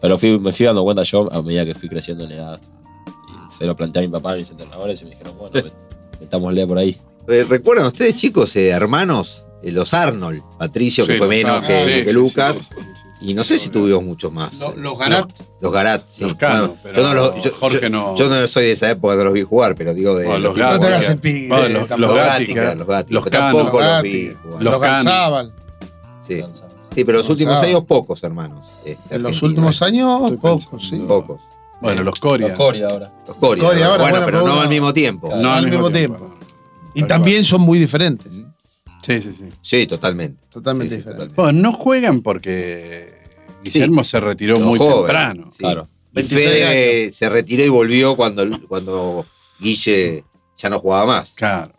pero fui, me fui dando cuenta yo a medida que fui creciendo en edad. Y se lo planteé a mi papá, a mis entrenadores, y me dijeron, bueno, met- metámosle por ahí. Re- Eh, ¿Recuerdan ustedes, chicos, eh, hermanos? Eh, los Arnold, Patricio, que Sí, fue los menos Arnold, que, sí, que sí, Lucas. sí, sí, sí, sí. Y no sé si tuvimos muchos más. Lo- Los Garat, Los Garat, sí. Los Cano, Bueno, pero yo, no los, yo, Jorge yo- no. yo no soy de esa época que los vi jugar, pero digo de. Bueno, los tipos no te Gatica. hagas que- el pibe. Bueno, los- tampoco. Los Gatica, Gatica, los Gatica, los pero Cano, tampoco los los vi Gatica, jugar. los Los Cano. Garzábal. Sí. Sí, pero los Los últimos Gatica. años pocos, hermanos. este, En los Argentina. últimos años, Estoy pocos, sí. pensando. Pocos. Bueno, los Los Coria. Coria ahora. Los Coria. Coria ¿no? ahora, bueno, bueno, pero pero no ahora- al mismo tiempo. No al Al mismo mismo tiempo. Y también son muy diferentes. Sí, sí, sí. Sí, totalmente. Totalmente Sí, sí, diferentes. Bueno, no juegan porque Guillermo se retiró Los muy jóvenes, temprano. sí. Claro. Y 26 Fede se retiró y volvió cuando, cuando Guille ya no jugaba más. Claro.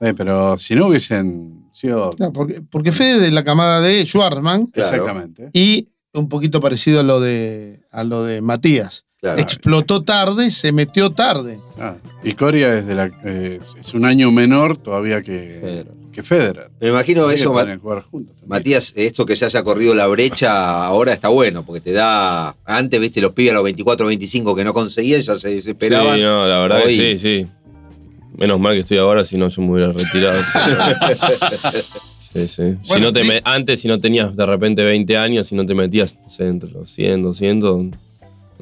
Eh, pero si no hubiesen sido. No, porque, porque Fede de la camada de Schwarman claro. Exactamente. y un poquito parecido a lo de, a lo de Matías. Claro. Explotó tarde, se metió tarde. Ah, y Coria es, de la, eh, es un año menor todavía que Federer. que Federer. Me imagino Sí, eso, que Ma- pueden jugar juntos también. Matías, esto que se haya corrido la brecha ahora está bueno, porque te da. Antes, viste, los pibes a los 24, 25 que no conseguían, ya se desesperaban. Sí, no, la verdad Hoy- que sí, sí. Menos mal que estoy ahora, si no yo me hubiera retirado. sí, sí. si Bueno, no te sí. me- antes, si no tenías de repente 20 años, si no te metías no sé, entre los 100, 200, no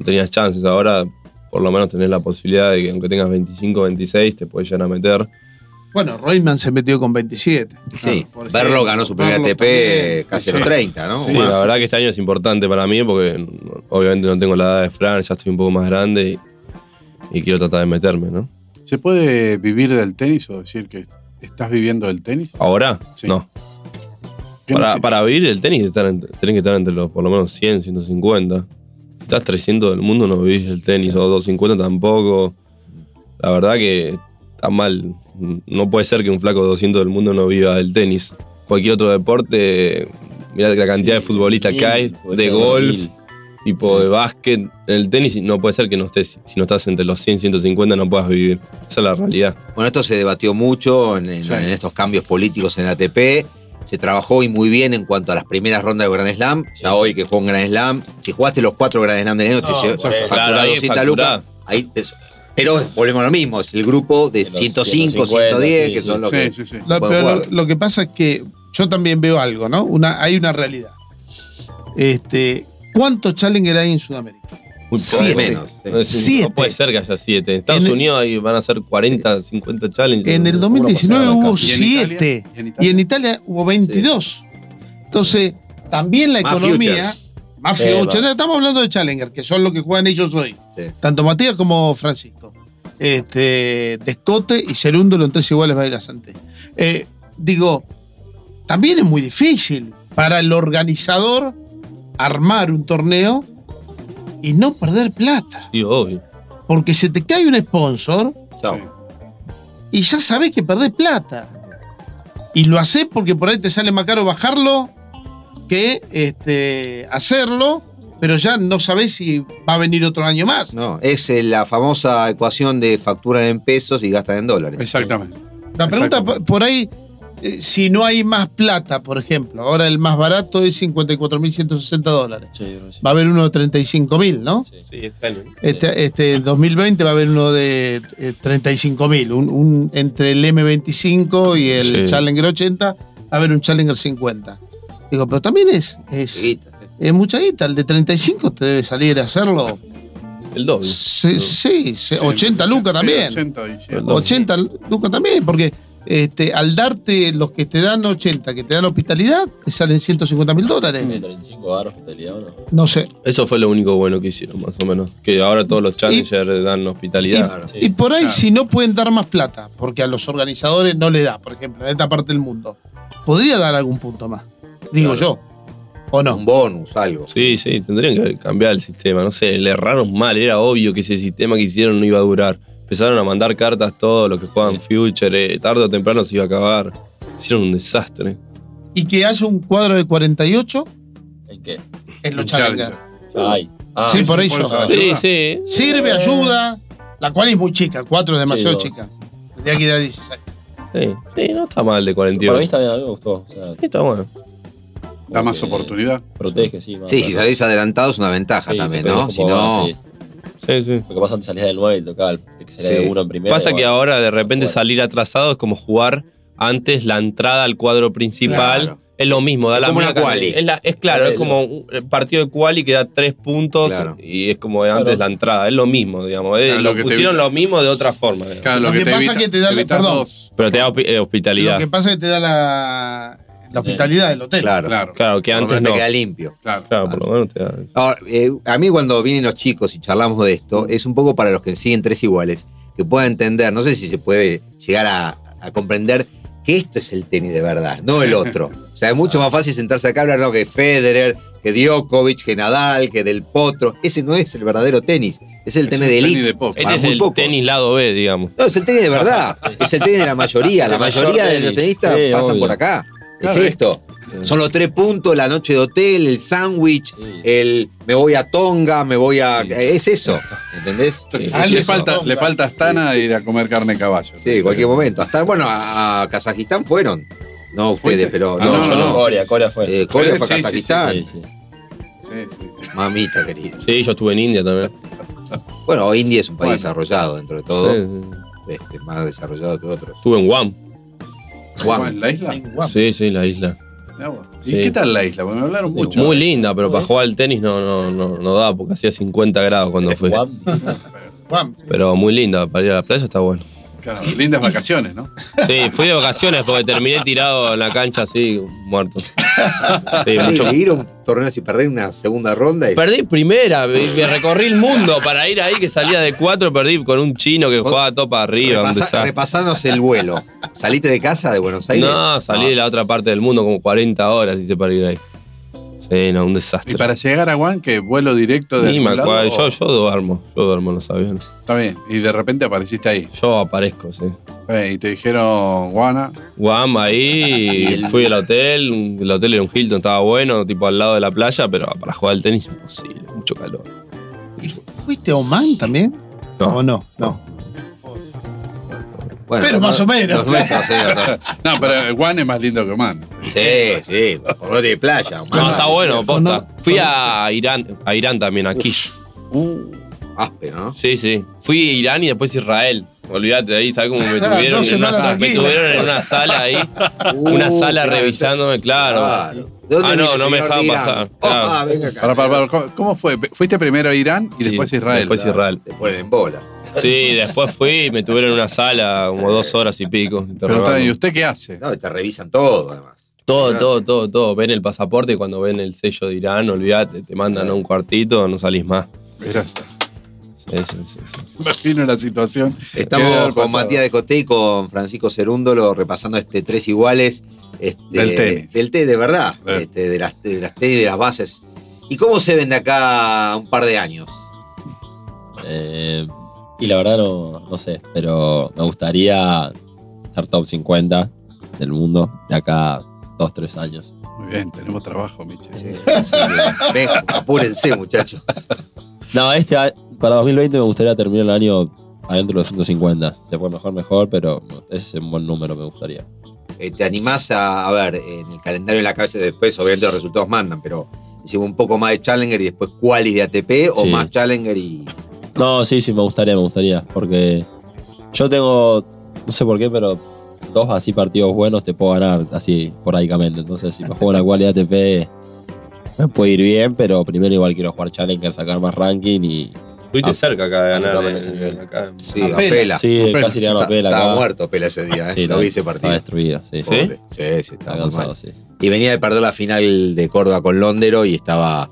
tenías chances. Ahora, por lo menos, tenés la posibilidad de que aunque tengas 25, 26, te puedes llegar a meter. Bueno, Reutemann se metió con 27. Sí, Claro, Ah, por ejemplo. Berlo ganó su primer Berlo ATP también. casi a los 30, ¿no? Sí, Más. la verdad que este año es importante para mí porque obviamente no tengo la edad de Fran, ya estoy un poco más grande y, y quiero tratar de meterme, ¿no? ¿Se puede vivir del tenis o decir que estás viviendo del tenis? Ahora, Sí. no. ¿Qué Para, neces- para vivir el tenis estar en- tenés que estar entre los por lo menos 100, 150. Si estás 300 del mundo no vivís el tenis, o 250 tampoco. La verdad que está mal. No puede ser que un flaco de 200 del mundo no viva del tenis. Cualquier otro deporte, mirá la cantidad de Sí, futbolistas que mil, hay, de futbolistas, golf, mil. tipo de básquet. En el tenis no puede ser que no estés, si no estás entre los 100, 150 no puedas vivir. Esa es la realidad. Bueno, esto se debatió mucho en, en- Sí. en estos cambios políticos en ATP. Se trabajó y muy bien en cuanto a las primeras rondas de Grand Slam. Ya hoy que jugó un Grand Slam, si jugaste los cuatro Grand Slam de año, te No, llevas bueno, facturado claro, ahí 200 facturá. lucas. Ahí te- pero volvemos a lo mismo, es el grupo de los 150, 105, 110, sí, que sí. son los Sí, que... sí, sí. Lo, pero Buen lo, jugador. lo que pasa es que yo también veo algo, ¿no? Una, hay una realidad. Este, ¿Cuántos Challenger hay en Sudamérica? Muy Siete. poco. Menos, sí. No, es- Siete. no puede ser que haya siete. En Estados En el- Unidos ahí van a ser 40, 50 challenges. En el Una 2019 pasada hubo casi. ¿Y en Italia? 7 ¿Y en Italia? y en Italia hubo 22. Entonces, también la Más economía, futures. más Sí, futures, más. estamos hablando de Challenger, que son los que juegan ellos hoy, Sí. tanto Matías como Francisco. Este, Descote y Cerúndolo en tres iguales va a ir a Santé. Eh, digo, también es muy difícil para el organizador armar un torneo y no perder plata, Sí, obvio. porque se te cae un sponsor Chao. Sí. y ya sabés que perdés plata. Y lo hacés porque por ahí te sale más caro bajarlo que este, hacerlo, pero ya no sabés si va a venir otro año más. No, es eh, la famosa ecuación de facturan en pesos y gastan en dólares. Exactamente. La pregunta Exacto. po- por ahí, eh, si no hay más plata, por ejemplo, ahora el más barato es 54.160 dólares. Sí, yo creo que sí. Va a haber uno de 35.000, ¿no? Sí. Sí, está bien. Este, este 2020 va a haber uno de eh, 35.000, un, un- entre el M25 y el Sí. Challenger 80, va a haber un Challenger 50. Digo, pero también es, es, Chiquita, sí. es mucha guita, el de 35 te debe salir a hacerlo. El doble. Sí, sí, sí, 80 lucas Sí, también. 80 y 100. 80 lucas también, porque este, al darte los que te dan 80, que te dan hospitalidad, te salen 150 mil dólares. 35 baros hospitalidad, ¿o no? No sé. Eso fue lo único bueno que hicieron, más o menos. Que ahora todos los challengers dan hospitalidad. Y por ahí, si no pueden dar más plata, porque a los organizadores no le da, por ejemplo, en esta parte del mundo, podría dar algún punto más. Digo yo. ¿O no? Un bonus, algo. Sí, sí, tendrían que cambiar el sistema. No sé, le erraron mal. Era obvio que ese sistema que hicieron no iba a durar. Empezaron a mandar cartas todos los que juegan Future. eh, tarde o temprano se iba a acabar. Hicieron un desastre. Y que haya un cuadro de 48 ¿El qué? en los Un challenger. Challenger. Ay. Ah, Sí, por ahí por yo. eso. Sí, sí. Sirve, ayuda, la cual es muy chica, 4 es demasiado Sí, dos. chica. Tendría que ir a 16. Sí, sí, no está mal de Para mí 48. está bien, a mí me gustó. O sea, Sí, Está bueno. Da más que oportunidad. Protege, sí. más, Sí, más, si más. salís adelantado es una ventaja Sí, también, pero ¿no? es Si como, no. sí. Sí, sí. Lo que pasa es que salías del 9 y tocaba el que sería Sí. de uno en primera. Pasa y que bueno, ahora de repente fuera. salir atrasado es como jugar antes la entrada al cuadro principal. Claro. Es lo mismo, da Es la como una misma cantidad. quali. Es, la- es claro, es Eso. como un partido de quali que da tres puntos Claro. y es como de antes Claro. la entrada. Es lo mismo, digamos. Es- Claro, lo lo que te pusieron evita. lo mismo de otra forma. digamos. Claro, Lo que pasa evita- que te da- evitas perdón. dos. Pero te da hopi- eh, hospitalidad. Lo que pasa es que te da la, la hospitalidad del hotel. Claro. Claro, claro. claro, que Por lo antes menos no. te queda limpio. Claro, por lo menos te da. Ahora, eh, a mí cuando vienen los chicos y charlamos de esto, es un poco para los que siguen tres iguales, que puedan entender, no sé si se puede llegar a, a comprender que esto es el tenis de verdad, no el otro. O sea, es mucho más fácil sentarse acá a hablar ¿no? que Federer, que Djokovic, que Nadal, que Del Potro. Ese no es el verdadero tenis, es el Es tenis un de tenis elite. de pocos. Este para es muy el pocos. tenis lado B, digamos. No, es el tenis de verdad. Es el tenis de la mayoría. La El mayor mayoría de los tenis. tenistas Sí, pasan obvio. por acá. Claro, es es- esto. Son los tres puntos, la noche de hotel, el sándwich, Sí. el me voy a Tonga, me voy a. Es eso. ¿Entendés? Ah, Es le, eso. falta, le falta Astana ir a comer carne de caballo. Sí, en cualquier momento. Hasta, bueno, a, a Kazajistán fueron. No ustedes, ¿Fuiste? pero. Ah, no, no, yo no. no. Corea, Corea fue. Eh, Corea fue a Sí, sí, Kazajistán. Sí, sí. Sí, sí. Mamita querida. Sí, yo estuve en India también. Bueno, India es un país Bueno. desarrollado dentro de todo. Sí, sí. Este, más desarrollado que otros. Estuve en Guam. Guam. ¿En la isla? Guam. Sí, sí, la isla. Mirá vos. ¿Y Sí. qué tal la isla? Porque me hablaron mucho. Muy linda, pero ¿Cómo para es? jugar al tenis no, no, no, no da, porque hacía 50 grados cuando fui. Guam. Guam. Pero muy linda, para ir a la playa está bueno. Claro, lindas vacaciones, ¿no? Sí, fui de vacaciones porque terminé tirado en la cancha así, muerto. Sí, mucho. Ir a un torneo sin perder una segunda ronda y Perdí primera, me me recorrí el mundo para ir ahí que salía de cuatro, perdí con un chino que jugaba todo para arriba. un Repasa- desastre. repasanos el vuelo. ¿Saliste de casa de Buenos Aires? No, salí de la otra parte del mundo como 40 horas hice para ir ahí. Sí, no, un desastre. Y para llegar a Guam, que vuelo directo de. Ni me algún acuerdo, lado, yo, o- yo duermo, yo duermo en los aviones. Está bien. Y de repente apareciste ahí. Yo aparezco, sí. Eh, y te dijeron, Guana, *laughs* Guam ahí, fui al hotel, un- el hotel era un Hilton, estaba bueno, tipo al lado de la playa, pero para jugar al tenis imposible, mucho calor. ¿Y fu- ¿Fuiste a Oman también? No. ¿O no? No. Bueno, Pero no- más o menos. los nuestros, sí, los nuestros. No, pero Juan es más lindo que Man. sí, sí, por lo menos tiene playa. No, está bueno, cierto, posta. no, Fui no a Irán, a Irán también, a Kish. Áspero, ¿no? Sí, sí. Fui a Irán y después Israel. Olvídate de ahí, *laughs* ¿sabes cómo me Dos tuvieron? en una, semanas sa- me aquí. tuvieron en una sala ahí. una Uh, sala claro, revisándome, claro. Claro. ¿De dónde Ah, viene no, el no me señor dejaban de Irán? pasar. Oh, claro. ah, venga acá. Pará, pará, pará, ¿Cómo- ¿Cómo fue? Fuiste primero a Irán y Sí, después a Israel. Después Israel. Te ponen en bola. Sí, después fui y me tuvieron en una sala como dos horas y pico. Pero está bien, ¿y interrogando. usted qué hace? No, y te revisan todo, además. Todo, Claro. todo, todo, todo. Ven el pasaporte y cuando ven el sello de Irán, olvídate, te mandan a un cuartito, no salís más. Gracias. Sí, sí, sí, sí. Imagino la situación. que debe Estamos haber con pasado. Matías de Coté y con Francisco Cerúndolo repasando este tres iguales. este, Del tenis. Del tenis, de verdad. Eh. este, de, las, de las tenis, de las bases. ¿Y cómo se ven de acá a un par de años? Eh, y la verdad no, no sé, pero me gustaría estar top 50 del mundo de acá a 2, 3 años. Muy bien, tenemos trabajo, Miche. Ven, apúrense, muchachos. No, este a- para 2020 me gustaría terminar el año adentro de los 150. Se puede mejor, mejor, pero ese es un buen número, me gustaría. Eh, ¿Te animás a, a ver en el calendario en la cabeza después? Obviamente los resultados mandan, pero decimos un poco más de Challenger y después Qualis de ATP o Sí. más Challenger y. No, sí, sí, me gustaría, me gustaría. Porque yo tengo, no sé por qué, pero dos así partidos buenos te puedo ganar, así, esporádicamente. Entonces, si me juego la cualidad ATP, me puede ir bien, pero primero igual quiero jugar Challenger, sacar más ranking y Estuviste Ah. cerca acá de ganar. Acá eh, parece que- acá en- Sí, Apela. Apela. Sí, Apela. casi le ganó a Está- Pela Estaba acá. muerto Pela ese día, ¿eh? Sí, Lo está- vi ese Estaba partido. destruido, sí. ¿Sí? Pobre. Sí, sí, Estaba estaba muy cansado, mal. sí. Y venía de perder la final de Córdoba con Londero y estaba.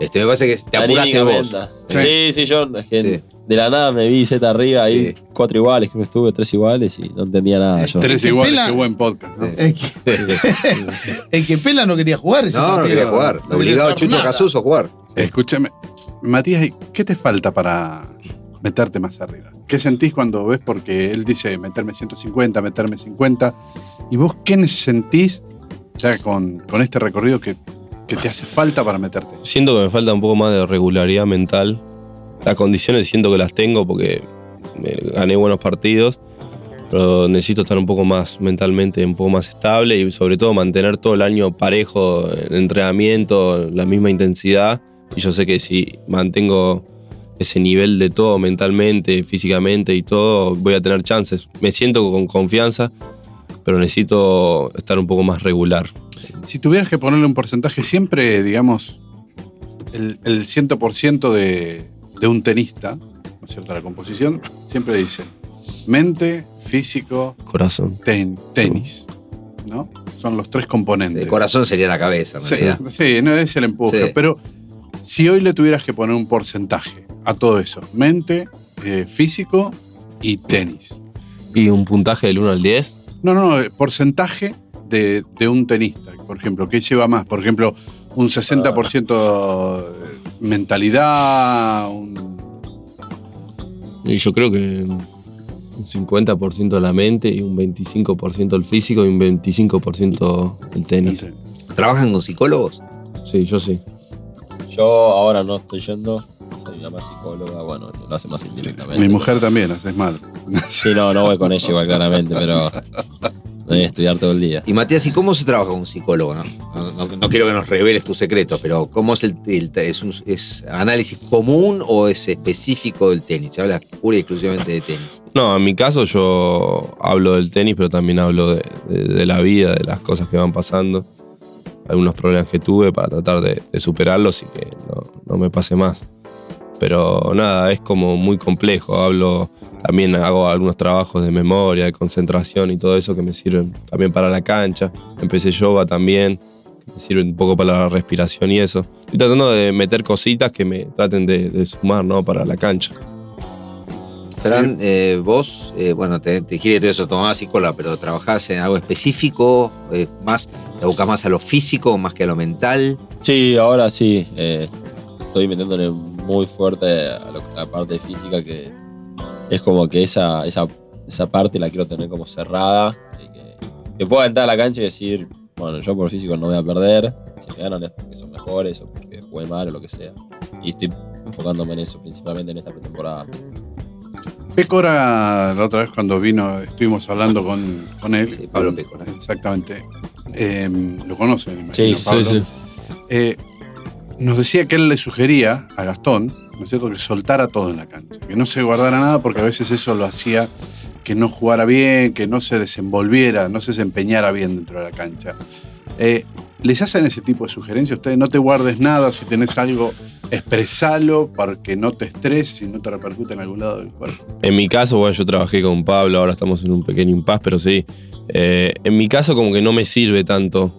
Este, me parece que te apuraste vos. Anímicamente. Sí, sí, yo es que Sí. de la nada me vi Z arriba, ahí Sí. cuatro iguales, creo que estuve, tres iguales y no entendía nada yo. Tres que iguales, pela- qué buen podcast. ¿no? El que, el que Pela no quería jugar ese *laughs* No, no partido. quería jugar. No Lo quería obligaba a hacer Chucho nada. Casuso a jugar. Escúchame, Matías, ¿y ¿qué te falta para meterte más arriba? ¿Qué sentís cuando ves? Porque él dice meterme 150, meterme 50. ¿Y vos qué sentís ya con, con este recorrido que, que te hace falta para meterte? Siento que me falta un poco más de regularidad mental. Las condiciones siento que las tengo porque eh, gané buenos partidos, pero necesito estar un poco más mentalmente, un poco más estable y sobre todo mantener todo el año parejo en entrenamiento, la misma intensidad. Y yo sé que si mantengo ese nivel de todo mentalmente, físicamente y todo, voy a tener chances. Me siento con confianza, pero necesito estar un poco más regular. Si tuvieras que ponerle un porcentaje, siempre, digamos, el, el 100% de, de un tenista, ¿no es cierto? La composición, siempre dicen mente, físico, Corazón. ten- tenis, ¿no? Son los tres componentes. El corazón sería la cabeza, en Sí, realidad. *laughs* sí, no es el empuje. Sí. Pero si hoy le tuvieras que poner un porcentaje a todo eso, mente, eh, físico y tenis. ¿Y un puntaje del 1 al 10? No, no, eh, porcentaje de, de un tenista, por ejemplo, ¿qué lleva más? Por ejemplo, un 60% eh, mentalidad, un- Y yo creo que un 50% la mente y un 25% el físico y un 25% el tenis. ¿Trabajan con psicólogos? Sí, yo sí. Yo ahora no estoy yendo, soy la más psicóloga, bueno, lo hace más indirectamente. Mi mujer también, haces mal. Sí, no, no voy con ella igual claramente, pero no voy a estudiar todo el día. Y Matías, ¿y cómo se trabaja con un psicólogo? No, no, no- no quiero que nos reveles tus secretos, pero ¿cómo es el, el- es, un- es análisis común o es específico del tenis? Se habla pura y exclusivamente de tenis. No, en mi caso yo hablo del tenis, pero también hablo de, de- de la vida, de las cosas que van pasando, algunos problemas que tuve para tratar de, de superarlos y que no, no me pase más. Pero nada, es como muy complejo. Hablo, también hago algunos trabajos de memoria, de concentración y todo eso que me sirven también para la cancha. Empecé yoga también, que me sirve un poco para la respiración y eso. Estoy tratando de meter cositas que me traten de, de sumar, ¿no? Para la cancha. Fran, eh, vos, eh, bueno, te, te gire todo eso, tomás psicóloga, pero ¿trabajás en algo específico? Eh, más, ¿Te abocás más a lo físico más que a lo mental? Sí, ahora sí, eh, estoy metiéndole muy fuerte a lo- la parte física que es como que esa, esa, esa parte la quiero tener como cerrada. y que, que pueda entrar a la cancha y decir, bueno, yo por físico no voy a perder, si me ganan es porque son mejores o porque jugué mal o lo que sea. Y estoy enfocándome en eso, principalmente en esta pretemporada. *laughs* Pécora, la otra vez cuando vino, estuvimos hablando con, con él. Sí, Pablo Pécora. Exactamente. Eh, lo conocen, imagino, Sí, sí, Pablo. sí. Eh, nos decía que él le sugería a Gastón, ¿no es cierto?, que soltara todo en la cancha, que no se guardara nada porque a veces eso lo hacía que no jugara bien, que no se desenvolviera, no se desempeñara bien dentro de la cancha. Eh, ¿Les hacen ese tipo de sugerencias? Ustedes no te guardes nada, si tenés algo, expresalo para que no te estreses y no te repercute en algún lado del cuerpo. En mi caso, bueno, yo trabajé con Pablo, ahora estamos en un pequeño impas, pero sí. eh, en mi caso, como que no me sirve tanto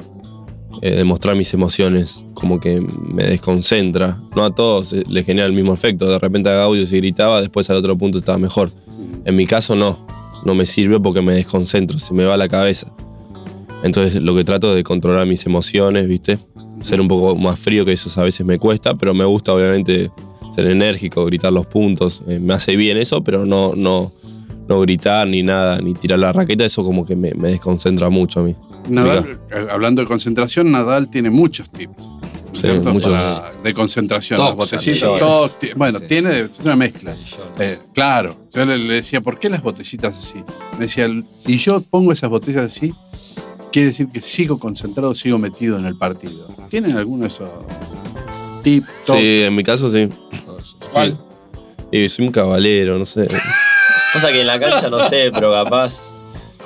eh, demostrar mis emociones, como que me desconcentra. No a todos eh, le genera el mismo efecto. De repente a Gaudio si gritaba, después al otro punto estaba mejor. En mi caso, no. No me sirve porque me desconcentro, se me va la cabeza. Entonces, lo que trato es de controlar mis emociones, ¿viste? Ser un poco más frío, que eso a veces me cuesta, pero me gusta, obviamente, ser enérgico, gritar los puntos. eh, me hace bien eso, pero no, no, no gritar ni nada, ni tirar la raqueta, eso como que me, me desconcentra mucho a mí. Nadal, eh, hablando de concentración, Nadal tiene muchos tips. ¿no es Sí, cierto? muchos. Para- de concentración, Tops, las botellitas, amigos. tops, ti- bueno, Sí. tiene es una mezcla. Eh, claro, yo le, le decía, ¿por qué las botellitas así? Me decía, si yo pongo esas botellas así, quiere decir que sigo concentrado, sigo metido en el partido. ¿Tienen alguno de esos tips? tops? Sí, en mi caso sí. ¿Cuál? Y soy un cabalero, no sé. Cosa que en la cancha no sé, pero capaz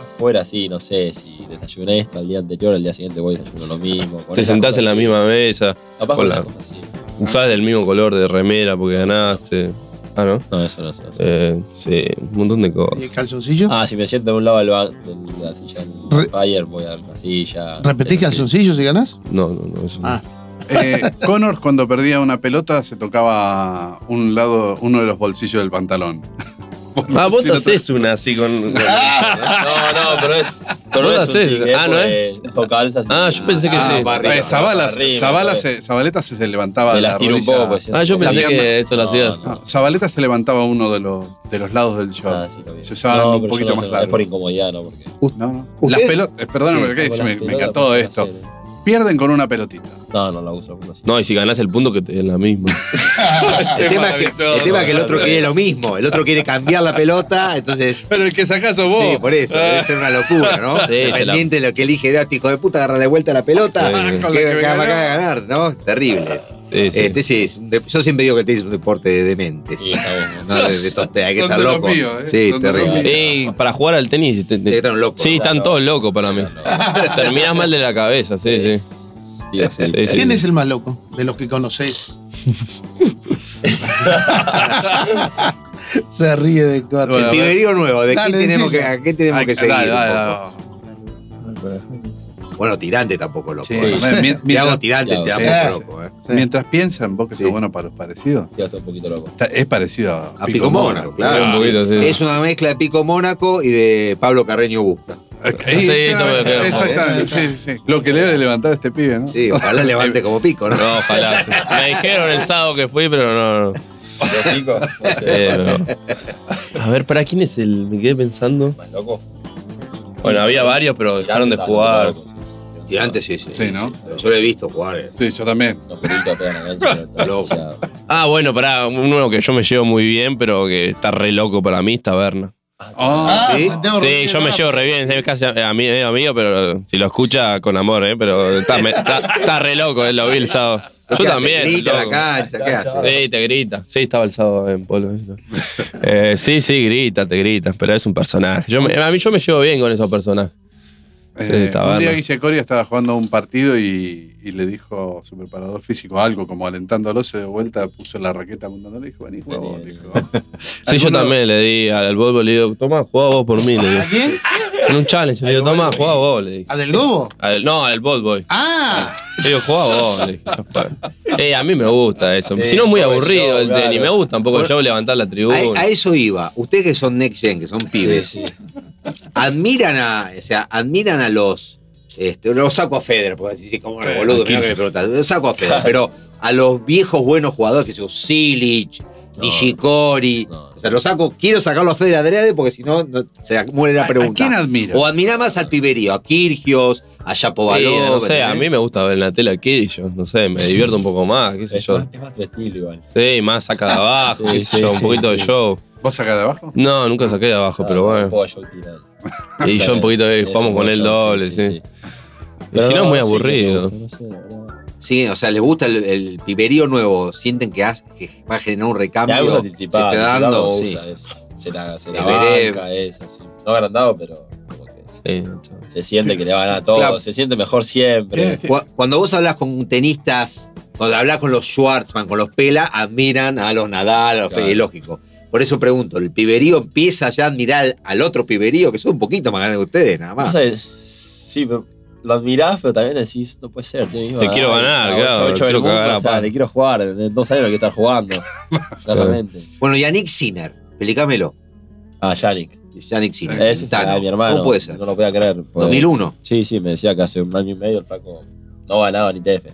afuera sí, no sé, si desayuné esto el día anterior, el día siguiente voy y desayuno lo mismo. con Te esas sentás en la cosas sí. misma mesa, Capaz con con la- esas cosas sí. usás del mismo color de remera porque ganaste. Ah, ¿no? No, eso no, eso no. Eh, sí, un montón de ¿Y el cosas. calzoncillo? Ah, si me siento de un lado del ba- de la silla Re- del Bayer, voy a la silla. ¿Repetís Pero sí. calzoncillo si ganás? No, no, no, eso no. Ah. Eh, Connors cuando perdía una pelota se tocaba un lado, uno de los bolsillos del pantalón. *laughs* Por Ah, vos decir otra- hacés una *laughs* así con. con- No, no, pero es. Pero ¿Vos no es hacés? un tigre, Ah, ¿no porque son calzas. y- Ah, yo pensé que Ah, sí. para arriba, Eh, Zabala, arriba, Zabala pues. se, Zabaleta se, se levantaba Me la las tiro un rodilla. poco. pues, Ah, yo eso. pensé La que eso lo No, hacía. no. No, Zabaleta se levantaba uno de los, de los lados del short. Ah, sí, lo vi. Se usaba No, un pero yo poquito no más sé, largo. Es por incomodidad, ¿no? Porque. No, no. Las ¿Ustedes? pelotas, perdóname, Sí, que con se me, las me pelotas, encantó pues, esto. hacer- Pierden con una pelotita. No, no la uso. no sé. No, y si ganás el punto, que te es la misma. El tema es que el, tema es que el otro quiere lo mismo. El otro quiere cambiar la pelota, entonces. Pero el que sacás sos Sí, por eso, debe ser una locura, ¿no? Oh. Sí, se la- Dependiente de lo que elige Dati, hijo de puta, agarra de vuelta la pelota, Sí. Con que, la que que me acaba ganó. acaba de ganar, ¿no? Terrible. Sí, sí. Este sí, es un de- yo siempre digo que el tenis es un deporte de dementes. Sí, está bueno. No, de- de tonte- hay que Son estar de los loco. míos, ¿eh? Sí, Son de los terrible. míos. Ey, para jugar al tenis. te- te- Sí, están locos. sí, están todos locos para mí. Terminás mal de la cabeza, sí, sí. Sí, o sea, Sí, sí. ¿Quién es el más loco de los que *laughs* conocés? Se ríe de cuatro. El piberío nuevo, ¿de Dale, qué tenemos, que, decilo. a qué tenemos Ay, que dale, seguir? un dale, poco? dale. Bueno, tirante tampoco loco. Sí. ¿eh? A ver, mi- *laughs* Te hago mientras, tirante, te Claro, hago sí. loco. ¿eh? mientras piensan, vos que Sí. sos bueno para los parecidos, sí, está un poquito *laughs* loco. está- es parecido a, A Pico Mónaco, claro. Un poquito, sí. Es una mezcla de Pico Mónaco y de Pablo Carreño Busca. Ok, Sí, sí, eh, eso me refiero. exactamente, sí, sí, sí. Lo que le debe levantar a este pibe, ¿no? Sí, ojalá levante como Pico, ¿no? No, ojalá. sí. Me dijeron el sábado que fui, pero no, no. Eh, pero- A ver, ¿para quién es el? Me quedé pensando. ¿Más loco? Bueno, había varios, pero dejaron de Está jugar. loco, sí, sí. Tirante sí, sí. Sí, ¿no? Pero Yo lo he visto jugar. eh. Sí, yo también. Los pelitos pegan a la *laughs* cancha. está Loco. asociado. Ah, bueno, pará, uno que yo me llevo muy bien, pero que está re loco para mí, es Taberna. Ah, Ah, ¿Sí? Santiago Sí, Rodríguez, yo me ah, llevo re bien, es casi a- ami- medio amigo, pero si lo escucha con amor, ¿eh? Pero está, me- está- está re loco, eh, lo vi el sábado. Yo ¿Qué hace? también. Grita en la loco. cancha, ¿qué hace? Sí, te grita. Sí, estaba el sábado en polo. ¿no? Eh, sí, sí, grita, te grita, pero es un personaje. Yo me- a mí yo me llevo bien con esos personajes. Sí, Eh, está un día bárbaro. Guille Coria estaba jugando un partido y, y le dijo a su preparador físico algo, como alentándolo, se de vuelta, puso la raqueta apuntándole y dijo, vení, juega vos", Vení, dijo. Sí, *laughs* yo Alguno- también le di al, al Bobo, le digo, tomá, jugá vos por mí. Le digo. ¿A quién? En un challenge, le digo, tomá, jugá vos, le dije. ¿A Del Lobo? Al- no, al Bold Boy. Ah, Le digo, jugá vos, le dije, ya fue. Eh, a mí me gusta eso. Sí, si no, es muy un poco de aburrido show, el claro. tenis. Me gusta un poco el show, levantar la tribuna. A, a eso iba. Ustedes que son next gen, que son Sí, pibes, sí. admiran a, o sea, admiran a los. Este, lo saco a Federer, porque así sí, como boludo, mirá que me preguntas. Lo saco a Federer, pero a los viejos buenos jugadores que son Silic, Nishikori. no. O sea, lo saco, quiero sacarlo a Federer adrede porque si no, no- se muere ¿A- la a pregunta. quién admira? O admira más al piberío, a Kirgios, a Sí, Yapovalov. no sé, a ¿entendés? mí me gusta ver en la tele aquí, yo no sé, me divierto un poco más, qué sé Es yo. más, es más tu estilo igual. Sí, más saca de abajo, *laughs* Sí, qué sé sí, yo, sí, un poquito de sí. show. ¿Vos sacás de abajo? No, nunca saqué de abajo, pero Un bueno. poco de show tirado. Y yo un poquito de- Es jugamos con poco él show, doble, sí. Y Pero si no, es muy sí, aburrido. me gusta, no sé, la verdad. Sí, o sea, les gusta el, el piberío nuevo, sienten que, has- que va a generar un Me recambio. gusta se anticipar, está anticipar dando, me sí. gusta, es- se la, se la Es breve. banca, es así. No agrandado, pero como que Sí, chao. se siente que le van a todo, Claro. se siente mejor siempre. ¿Qué? Cu- Cuando vos hablas con tenistas, cuando hablas con los Schwartzman, con los Pela, admiran a los Nadal, a los Claro. Federer, lógico. Por eso pregunto, ¿el piberío empieza ya a admirar al, al otro piberío que son un poquito más grande que ustedes, nada No más? sé, sí, pero lo admirás, pero también decís, no puede ser. Te, Te quiero ganar, claro, quiero cagar a palo. le quiero jugar, eh, no sabés lo que estás *laughs* jugando. Claramente. Bueno, y a Nick Sinner, explícamelo. Ah, Yannick. Yannick Sinner. Ese es Tano, ah, mi hermano. ¿Cómo puede ser? No lo podía creer. pues. 2001. Sí, sí, me decía que hace un año y medio el flaco no ganaba ni TF.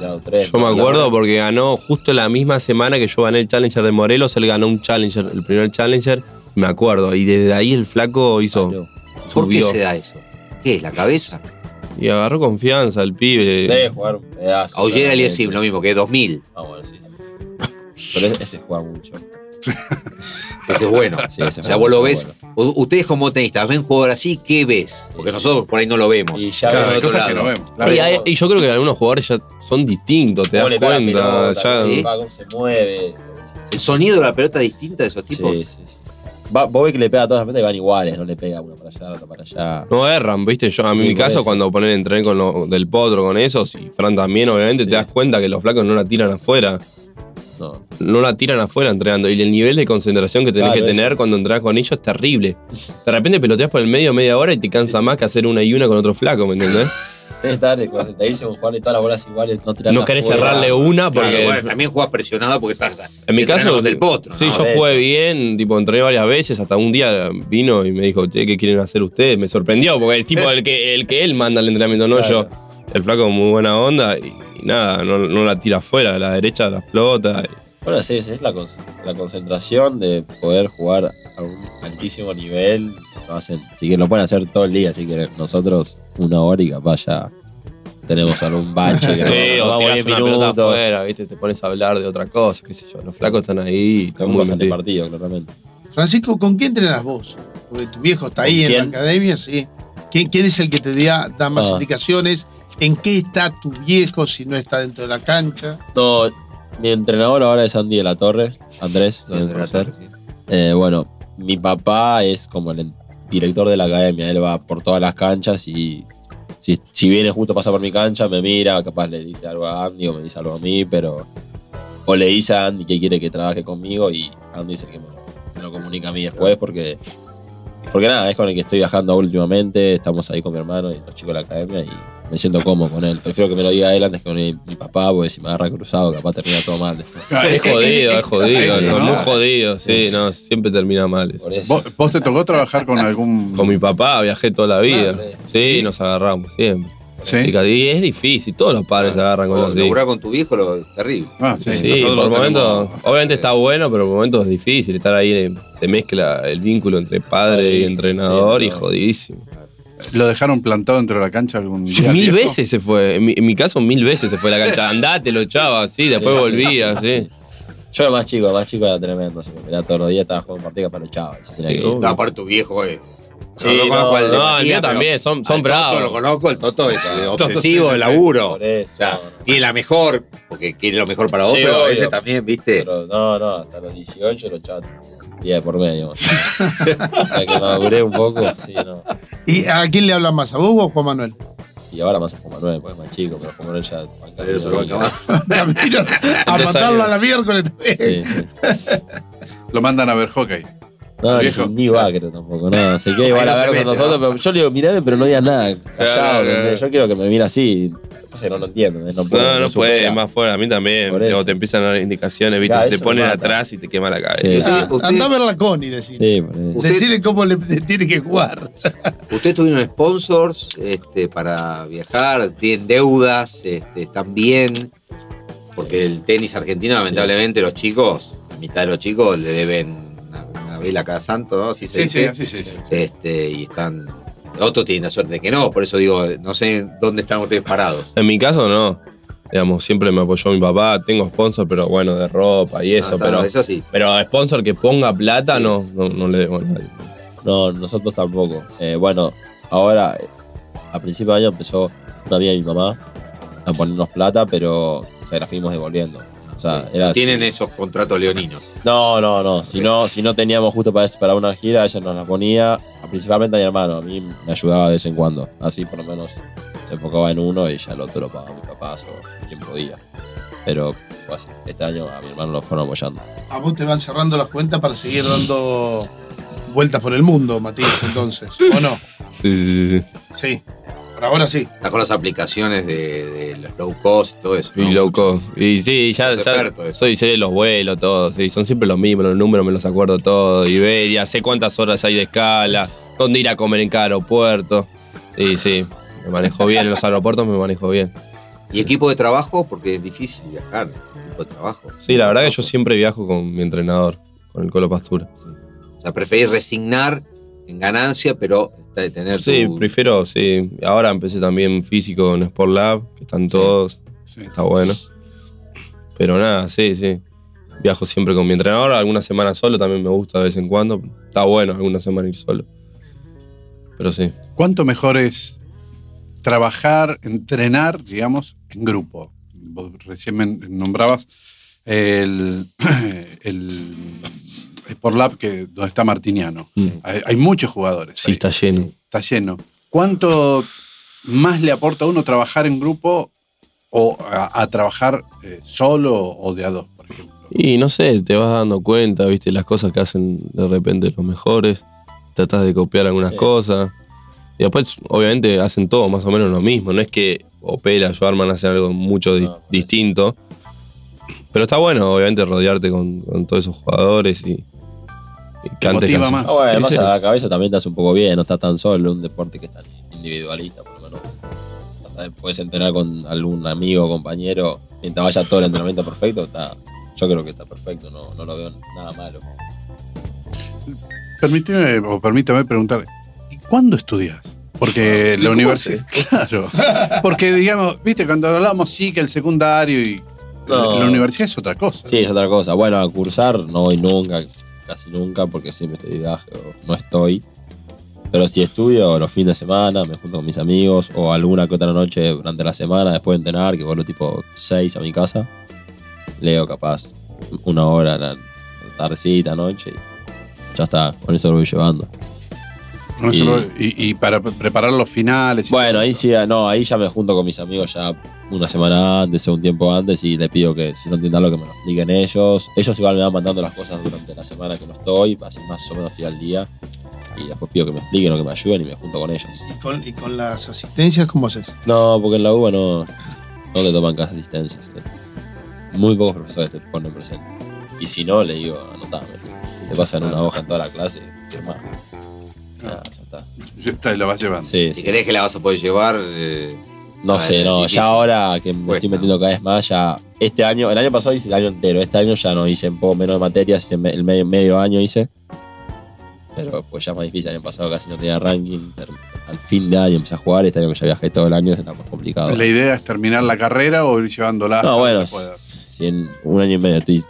Ganaba tres, Yo me no, acuerdo porque ganó justo la misma semana que yo gané el Challenger de Morelos, él ganó un Challenger, el primer Challenger, me acuerdo. Y desde ahí el flaco hizo, no. ¿Por qué subió. se da eso? ¿Qué es? ¿La cabeza? Y agarró confianza el Debe pibe. jugar un pedazo. A Oyer claramente. Aliesim, lo mismo, que es 2000. Ah, bueno, sí. sí. Pero ese, ese juega mucho. Ese es bueno. Sí, ese O juega sea, vos lo mucho, ves. bueno. u- Ustedes como tenistas ven jugador así, ¿qué ves? Porque Sí. nosotros por ahí no lo vemos. Y ya Claro, Claro, hay de ves otro cosas que lado. no vemos. Claro. Y, hay- y yo creo que algunos jugadores ya son distintos, te cómo das le pega la cuenta. pelota, ya- cómo Sí. se va, cómo se mueve. El sonido de la pelota distinta de esos Sí, tipos. sí, sí. Va, vos ves que le pega a todas las pelotas y van iguales, no le pega una para allá, otra para allá. No erran, viste. Yo, a mí, Sí, en mi por caso, eso. cuando ponen en tren con lo, del potro, con esos, y Fran también, obviamente, Sí. te das cuenta que los flacos no la tiran afuera. No. no la tiran afuera entrenando. Y el nivel de concentración que tenés Claro, que tener eso. cuando entrenás con ellos es terrible. De repente peloteas por el medio media hora y te cansa más que hacer una y una con otro flaco, ¿me entendés? Ustedes estar eh, concentradísimos, jugarle todas las bolas iguales, no tirar no querés cerrarle una Ah, porque. Claro, bueno, también jugás presionado porque estás. En mi te traen caso, los del potro. sí, ¿no? yo jugué bien, tipo, entrené varias veces, hasta un día vino y me dijo, che, ¿qué quieren hacer ustedes? Me sorprendió, porque es tipo el que, el que él manda el entrenamiento, no Claro. yo. El flaco muy buena onda y, y nada, no, no la tira afuera, a la derecha la explota. y- Bueno, sí, sí, es la, con- la concentración de poder jugar a un altísimo nivel. Lo hacen, si que lo pueden hacer todo el día, si quieren. Nosotros una hora y capaz ya tenemos algún bache *laughs* que Sí, no- nos o vamos tirás 10 una pelota minutos. afuera, ¿viste? Te pones a hablar de otra cosa, qué sé yo. Los flacos están ahí, están Estamos muy pasando el metidos. partido, claramente. Francisco, ¿con qué entrenas vos? Porque tu viejo está ahí ¿Con en quién? la academia, sí. ¿Quién, quién es el que te da, da más Ah. indicaciones? ¿En qué está tu viejo si no está dentro de la cancha? No, mi entrenador ahora es Andy de la Torre, Andrés, lo deben conocer. Eh, bueno, mi papá es como el en- director de la academia. Él va por todas las canchas y si, si viene justo pasa por mi cancha, me mira, capaz le dice algo a Andy o me dice algo a mí, pero. O le dice a Andy que quiere que trabaje conmigo y Andy es el que me, me lo comunica a mí después porque. Porque nada, es con el que estoy viajando últimamente, estamos ahí con mi hermano y los chicos de la academia y me siento cómodo con él. Prefiero que me lo diga él antes que con el- mi papá, porque si me agarra cruzado capaz termina todo mal después. *laughs* Es jodido, es jodido, Eso, son ¿no? muy jodidos, sí, no, siempre termina mal. eso. Por eso. ¿Vos, vos te tocó trabajar con algún. Con mi papá viajé toda la vida. Claro. sí, nos agarramos siempre. Sí. Chicas, Y es difícil, todos los padres se agarran Oh, con Vos, los hijos. Laburar con tu viejo lo- es terrible. Ah, sí. Sí, Nosotros por lo momentos. tenemos- Obviamente está bueno, pero por momentos es difícil estar ahí. eh, Se mezcla el vínculo entre padre y Sí, entrenador sí, y no. jodidísimo. ¿Lo dejaron plantado dentro de la cancha algún día? Mil viejo? veces se fue. En mi, en mi caso, mil veces se fue la cancha. Andate, lo echaba así, después sí, volvía, sí. Yo era más chico, el más chico era tremendo. Así que mirá, todos los días estaba jugando partido para los chavos. se tenía que ir. Sí, No, aparte tu viejo es. Sí, lo no, conozco al de no, Matías, el mío pero también, son- son al bravos. Toto lo conozco, el Toto es eh, Toto, obsesivo, sí, de sí, laburo. Por eso. O sea, tiene la mejor, porque quiere lo mejor para vos, Sí, pero a veces obvio. también, viste. Pero no, no, hasta los 18 los chavos. 10 por medio. *laughs* Hasta que maduré un poco, sí, no. ¿Y a quién le hablan más? ¿A vos o a Juan Manuel? *laughs* Y ahora más a Juan Manuel, porque es pues, más chico, pero Juan Manuel ya. banca Eso todo lo el día. bancaba. Camino a Empresario. matarlo a la miércoles. Sí, sí. Lo mandan a ver hockey. No, Viejo. ni, ni va, creo tampoco, no. Así que Ahí van a no se ver mete, con nosotros, pero yo le digo, mirame, pero no digas nada. Claro, Callado, ¿entendés? claro. yo quiero que me mire así. Lo que Pasa es que no lo entiendo, ¿entendés? no puedo. No, no supera. puede, es más fuera. A mí también. Por O eso. te empiezan a dar indicaciones, ¿viste? Ya, Se te eso me ponen mata. atrás y te quema la cabeza. Sí. Ah, Usted- Andá a ver a la Connie, decir. Sí, por eso. Usted- Decirle cómo le, *laughs* le tiene que jugar. Ustedes tuvieron sponsors este, para viajar, tienen deudas, este, están bien. Porque el tenis argentino, lamentablemente, los chicos, la mitad de los chicos le deben una, una vela a cada santo, ¿no? Así Sí, se sí, dice. sí, sí. sí. Este, y están. Otros tienen la suerte de que no, por eso digo, no sé dónde están ustedes parados. En mi caso, no. Digamos, siempre me apoyó mi papá. Tengo sponsor, pero bueno, de ropa y eso. Ah, está, pero, eso sí. pero sponsor que ponga plata, Sí. no, no, no le debo a nadie. No, nosotros tampoco. Eh, bueno, ahora, eh, a principio de año empezó una amiga de mi mamá a ponernos plata, pero se la fuimos devolviendo. O sea, Sí. era No tienen así. esos contratos leoninos. No, no, no. Si, no. si no teníamos justo para, para una gira, ella nos la ponía. a- Principalmente a mi hermano. A mí me ayudaba de vez en cuando. Así por lo menos se enfocaba en uno y ya el otro lo pagaba mi papá o quien podía. Pero fue así. Este año a mi hermano lo fueron apoyando. A vos te van cerrando las cuentas para seguir dando vueltas por el mundo, Matías, entonces. ¿O no? Sí, sí, sí, sí. Sí. Por ahora sí. Está con las aplicaciones de, de los low cost y todo eso. Y ¿no? loco. Y sí, ya, Sos ya experto, eh. soy, sé de los vuelos, todo. Sí, son siempre los mismos, los números me los acuerdo todos. Iberia, sé cuántas horas hay de escala, dónde ir a comer en cada aeropuerto. Sí, sí. Me manejo bien, en los aeropuertos me manejo bien. Y equipo de trabajo, porque es difícil viajar. Equipo de trabajo. Sí, la verdad que yo siempre viajo con mi entrenador, con el Colo Pastura. O sea, preferís resignar en ganancia, pero de tener Sí, tu- prefiero, sí. Ahora empecé también físico en Sport Lab, que están todos, Sí. está bueno. Pero nada, sí, sí. Viajo siempre con mi entrenador, algunas semanas solo, también me gusta de vez en cuando. Está bueno algunas semanas ir solo. Pero sí. ¿Cuánto mejor es trabajar, entrenar, digamos, en grupo? Vos recién me nombrabas el, *clears throat* el Sport Lab que, donde está Martiniano. Hay, hay muchos jugadores. ahí. lleno. Está lleno. ¿Cuánto más le aporta a uno trabajar en grupo o a, a trabajar eh, solo o de a dos, por ejemplo? Y no sé, te vas dando cuenta, viste, las cosas que hacen de repente los mejores. Tratás de copiar algunas cosas. Y después, obviamente, hacen todo más o menos lo mismo. No es que Opela o Arman hacen algo mucho di- distinto. Pero está bueno, obviamente, rodearte con, con todos esos jugadores y, y que antes motiva casi- más. Ah, bueno, Sí, además sí. a la cabeza también te hace un poco bien, no estás tan solo, un deporte que es tan individualista, por lo menos. Hasta Puedes entrenar con algún amigo o compañero, mientras vaya todo el entrenamiento perfecto, está, yo creo que está perfecto, no, no lo veo nada malo. Permíteme, o permítame preguntarle, ¿y cuándo estudias? Ah, Porque la universidad. *laughs* Claro. Porque, digamos, viste, cuando hablábamos sí que el secundario y. No. La universidad es otra cosa. Sí, es otra cosa. Bueno, a cursar no voy nunca, casi nunca, porque siempre estoy de viaje o no estoy. Pero si estudio los fines de semana, me junto con mis amigos o alguna que otra noche durante la semana después de entrenar, que vuelvo tipo 6 a mi casa, leo capaz una hora a la tardecita, noche y ya está, con eso lo voy llevando. Con eso lo- Y, y para pre- preparar los finales. y- Bueno, ahí sí, no, ahí ya me junto con mis amigos ya una semana antes o un tiempo antes y le pido que si no entiendan lo que me lo expliquen ellos. Ellos igual me van mandando las cosas durante la semana que no estoy, así más o menos estoy al día. Y después pido que me expliquen o que me ayuden y me junto con ellos. ¿Y con, y con las asistencias cómo haces? No, porque en la UBA no, no te toman casas asistencias. Muy pocos profesores te ponen presente. Y si no, le digo, anotame. Te pasan una hoja en toda la clase, firmá. Ya, ya está. Ya está, y lo vas llevando. Sí, Si sí. crees que la vas a poder llevar. eh, No Ah, sé, es no, difícil. ya ahora que me Cuesta. estoy metiendo cada vez más, ya este año, el año pasado hice el año entero, este año ya no hice un poco menos de materias, hice me- el medio, medio año hice, pero pues ya es más difícil, el año pasado casi no tenía ranking, pero al fin de año empecé a jugar, este año que ya viajé todo el año es más complicado. La idea es terminar la carrera o ir llevándola. hasta no, bueno, donde puedas. si en un año y medio estoy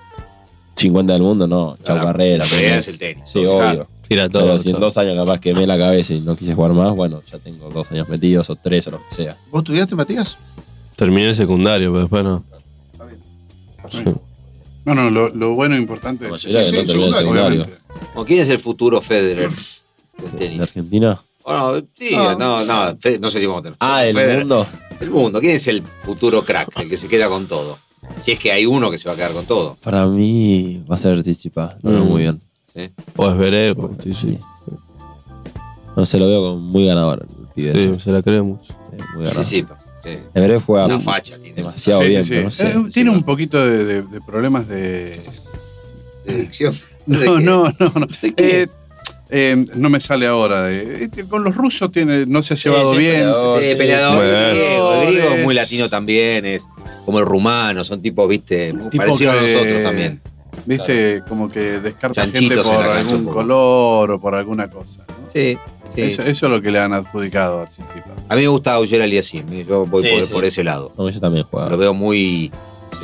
50 del mundo, no, chau la- carrera. la pero prioridad no es el tenis. Sí, Claro. obvio. Tira todo. Pero si en todo. dos años capaz quemé la cabeza y no quise jugar más, bueno, ya tengo dos años metidos o tres o lo que sea. ¿Vos estudiaste, Matías? Terminé el secundario, pero después no. No, no, lo, lo bueno e importante La es. mayoría sí, que no terminó el sí, secundario. obviamente. ¿o ¿Quién es el futuro *laughs* Federer del ¿En tenis? Argentina? Bueno, sí, No. no, no, Fe- no sé si vamos a tener. Ah, el Federer. mundo. El mundo. ¿Quién es el futuro crack? El que se queda con todo. Si es que hay uno que se va a quedar con todo. Para mí va a ser Tsitsipas. No, Mm. muy bien. ¿sí? O esperé, sí, sí. No sé, lo veo como muy ganador el pibe Sí, ese. Sí, se la cree mucho. muy Sí, ganador. sí, sí. En breve juega Una facha tiene. demasiado Sí, sí, bien, sí. pero no sé. Eh, tiene un poquito de, de- de problemas de. De adicción. No, ¿De qué? no, no. No, Eh, eh, no me sale ahora. de- eh, con los rusos tiene, no se ha llevado sí, bien. pero- Sí, Sí, peleador. sí. El griego, el griego es muy Es- latino también, es como el rumano, son tipos, viste, Tipo parecidos a que- nosotros también. Viste, como que descarta gente Chanchitos en por la cancha un algún poco. color o por alguna cosa. ¿no? Sí, sí. Eso, eso es lo que le han adjudicado a Tsitsipas. A mí me gusta Oyer Aliasim, yo voy Sí, por, sí. por ese lado. No, yo también juega. Lo veo muy,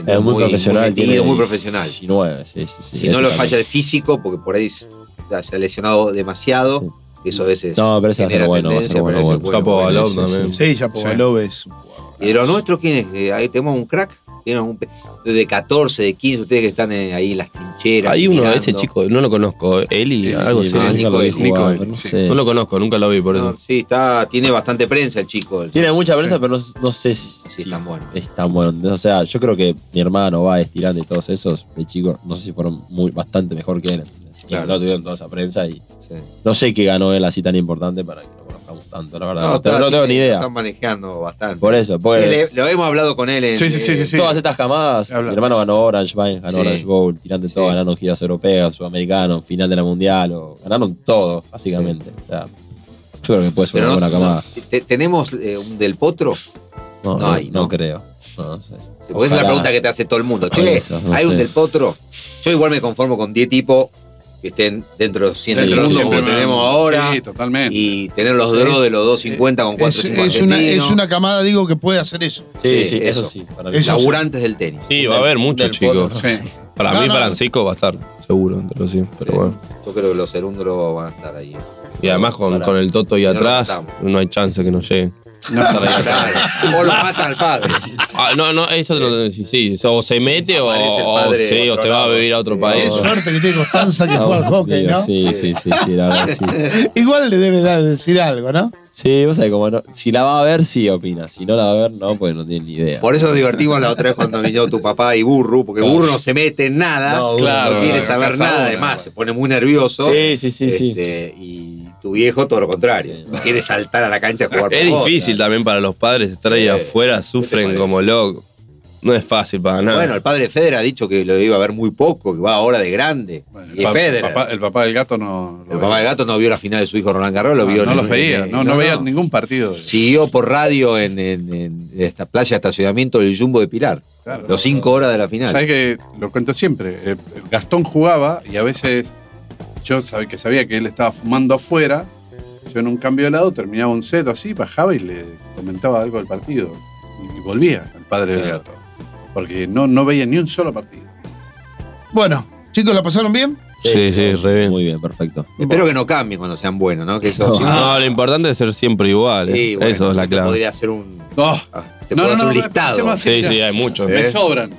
es muy, profesional. metido, tiene muy profesional. 19, sí, sí, sí, si eso no lo también. falla el físico, porque por ahí se ya se ha lesionado demasiado, eso a veces. No, pero ese va a ser genera bueno, va a ser tendencia, bueno, pero bueno. es el Chapo Balón sí, sí, también. sí. Sí, ya Povalobes. ¿Y de lo nuestro quién es? Eh, ahí tenemos un crack. Tenemos un pe- de 14, de 15, ustedes que están eh, ahí en las trincheras. Hay uno de mirando. ese chico, no lo conozco, Eli, Sí, algo Sí, así. Ah, nunca lo vi Nico jugar, Eli, pero no sí. sé. No lo conozco, nunca lo vi, por No, eso. sí, está, tiene bastante prensa el chico. el- Tiene mucha prensa, pero no, no sé si Sí, está bueno. es tan bueno. O sea, yo creo que mi hermano va estirando y todos esos de chicos, no sé si fueron muy, bastante mejor que él. ¿entendés? Y Claro. No tuvieron toda esa prensa y Sí. No sé qué ganó él así tan importante para que lo conozcamos tanto, la verdad. No, está- tengo- no tengo ni tiene- idea. Están manejando bastante. Por eso, pues, porque Sí, le- lo hemos hablado con él en. eh, Sí, sí, sí, sí, sí. todas estas camadas, Habla. mi hermano ganó Orange Vine, ganó Sí. Orange Bowl, tirante Sí. todo, ganaron giras europeas, sudamericanos, final de la mundial, o, ganaron todo, básicamente. O sea, yo creo que puede ser Pero una no- buena camada. no, te- ¿Tenemos eh, un del potro? No, no no, hay, no no. creo. No, no sé. Porque esa es la Ojalá. pregunta que te hace todo el mundo. Por Che, eso, no ¿hay un sé. del potro? Yo igual me conformo con 10 tipos que estén dentro de los 100 del Dentro de los 100 mundo, como primeros. tenemos ahora. Sí, totalmente. y tener los dos de los 250 con Es, 450. es una, es una camada, digo, que puede hacer eso. Sí, sí, Sí, eso eso. sí. Para mí. Eso sí. Laburantes del tenis. Sí, va a haber muchos Del chicos. potro, Sí. Para No, mí, no. Francisco va a estar, seguro, entre los 100, pero bueno. Yo creo que los serúndulos van a estar ahí. Y además con, Ojalá. con el Toto y Si no, lo atrás, matamos. no hay chance que no llegue. o lo mata al padre. Ah, no, no, eso no- sí, sí, o se mete o, aparece el o- padre sí, de o otro se va a lado, vivir a sí. otro Qué país. suerte que tiene Constanza Ah, que juega al hockey, ¿no? Sí, sí, sí, sí, la verdad, sí. Igual le debe dar- decir algo, ¿no? Sí, vos sabés cómo no. Si la va a ver, sí opina. Si no la va a ver, no, pues no tiene ni idea. Por eso nos divertimos la otra vez cuando vino tu papá y Burru, porque Burru no se mete en nada, No, no, claro, quiere no, saber casa nada, una, además, bueno. se pone muy nervioso. Sí, sí, sí, sí. Este, Y tu viejo todo lo contrario, quiere saltar a la cancha a jugar Es con vos. difícil también para los padres estar ahí Sí. afuera, ¿Qué sufren te como locos. No es fácil para nada. Bueno, el padre Federer ha dicho que lo iba a ver muy poco, que va ahora de grande. Bueno, *laughs* y pa- es Federer. papá- el papá del gato no. lo el papá veía. del gato no vio la final de su hijo Roland Garros, lo No, vio Ah, no en- los veía, en- no, no, veía ningún partido. Siguió por radio en, en- en esta playa de estacionamiento del Jumbo de Pilar. Claro. los cinco horas de la final. Sabes que lo cuento siempre. eh, Gastón jugaba y a veces yo sabía que sabía que él estaba fumando afuera. Yo en un cambio de lado terminaba un set o así, bajaba y le comentaba algo del partido. Y volvía al padre del Claro. gato. Porque no, no veía ni un solo partido. Bueno, chicos, ¿la pasaron bien? Sí, sí, re bien. Muy bien, perfecto. Espero que no cambien cuando sean buenos, ¿no? Que eso, si No, lo importante es ser siempre igual. eh. Sí, bueno, Eso es la te clave. Podría hacer un, No, ah, te puedo hacer un listado. pensemos así, Sí, mirá, sí, hay muchos. Me ¿eh? sobran.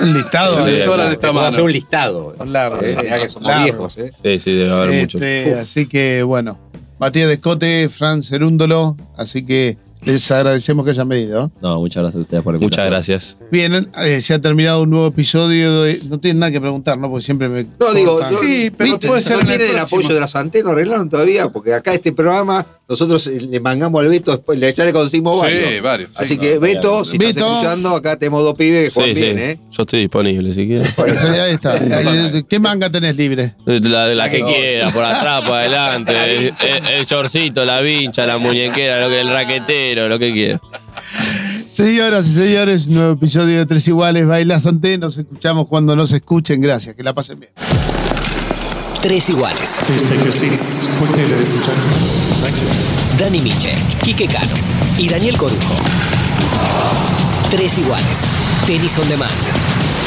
El listado. Sí, Me de- sí, sobran sí. esta Te puedo hacer mano. un listado. Largo, Eh, mirá que somos largo. viejos, ¿eh? Sí, sí, debe haber muchos. Este, así que bueno, Matías Descote, Fran Cerúndolo, así que les agradecemos que hayan venido. No, muchas gracias a ustedes por la Muchas invitación. gracias. Bien, eh, se ha terminado un nuevo episodio. de- no tienen nada que preguntar, ¿no? Porque siempre me. No, digo, cortan. no- Sí, pero ¿viste? puede ser no en el tienen el próximo. apoyo de la Santé, no arreglaron todavía, porque acá este programa nosotros eh, le mangamos al Beto, después le- ya le conseguimos Sí, varios. varios, Así sí. que, No, Beto, si estás Beto. escuchando, acá tenemos dos pibes que juegan Ah, Sí, bien, sí. ¿eh? Yo estoy disponible si quieres. Ahí *laughs* está. Eh, ¿Qué manga tenés libre? La, la que quiera, por atrás, por *laughs* adelante. El, el- el shortcito, la vincha, la muñequera, lo que, el raquetero, lo que quiera. Señoras y señores, nuevo episodio de Tres Iguales, Baila Santé. Nos escuchamos cuando nos escuchen. Gracias, que la pasen bien. Tres iguales. Please take your seats quickly, ladies and gentlemen. Thank you. Dani Miche, Quique Cano y Daniel Corujo. Tres iguales. Tenis on demand.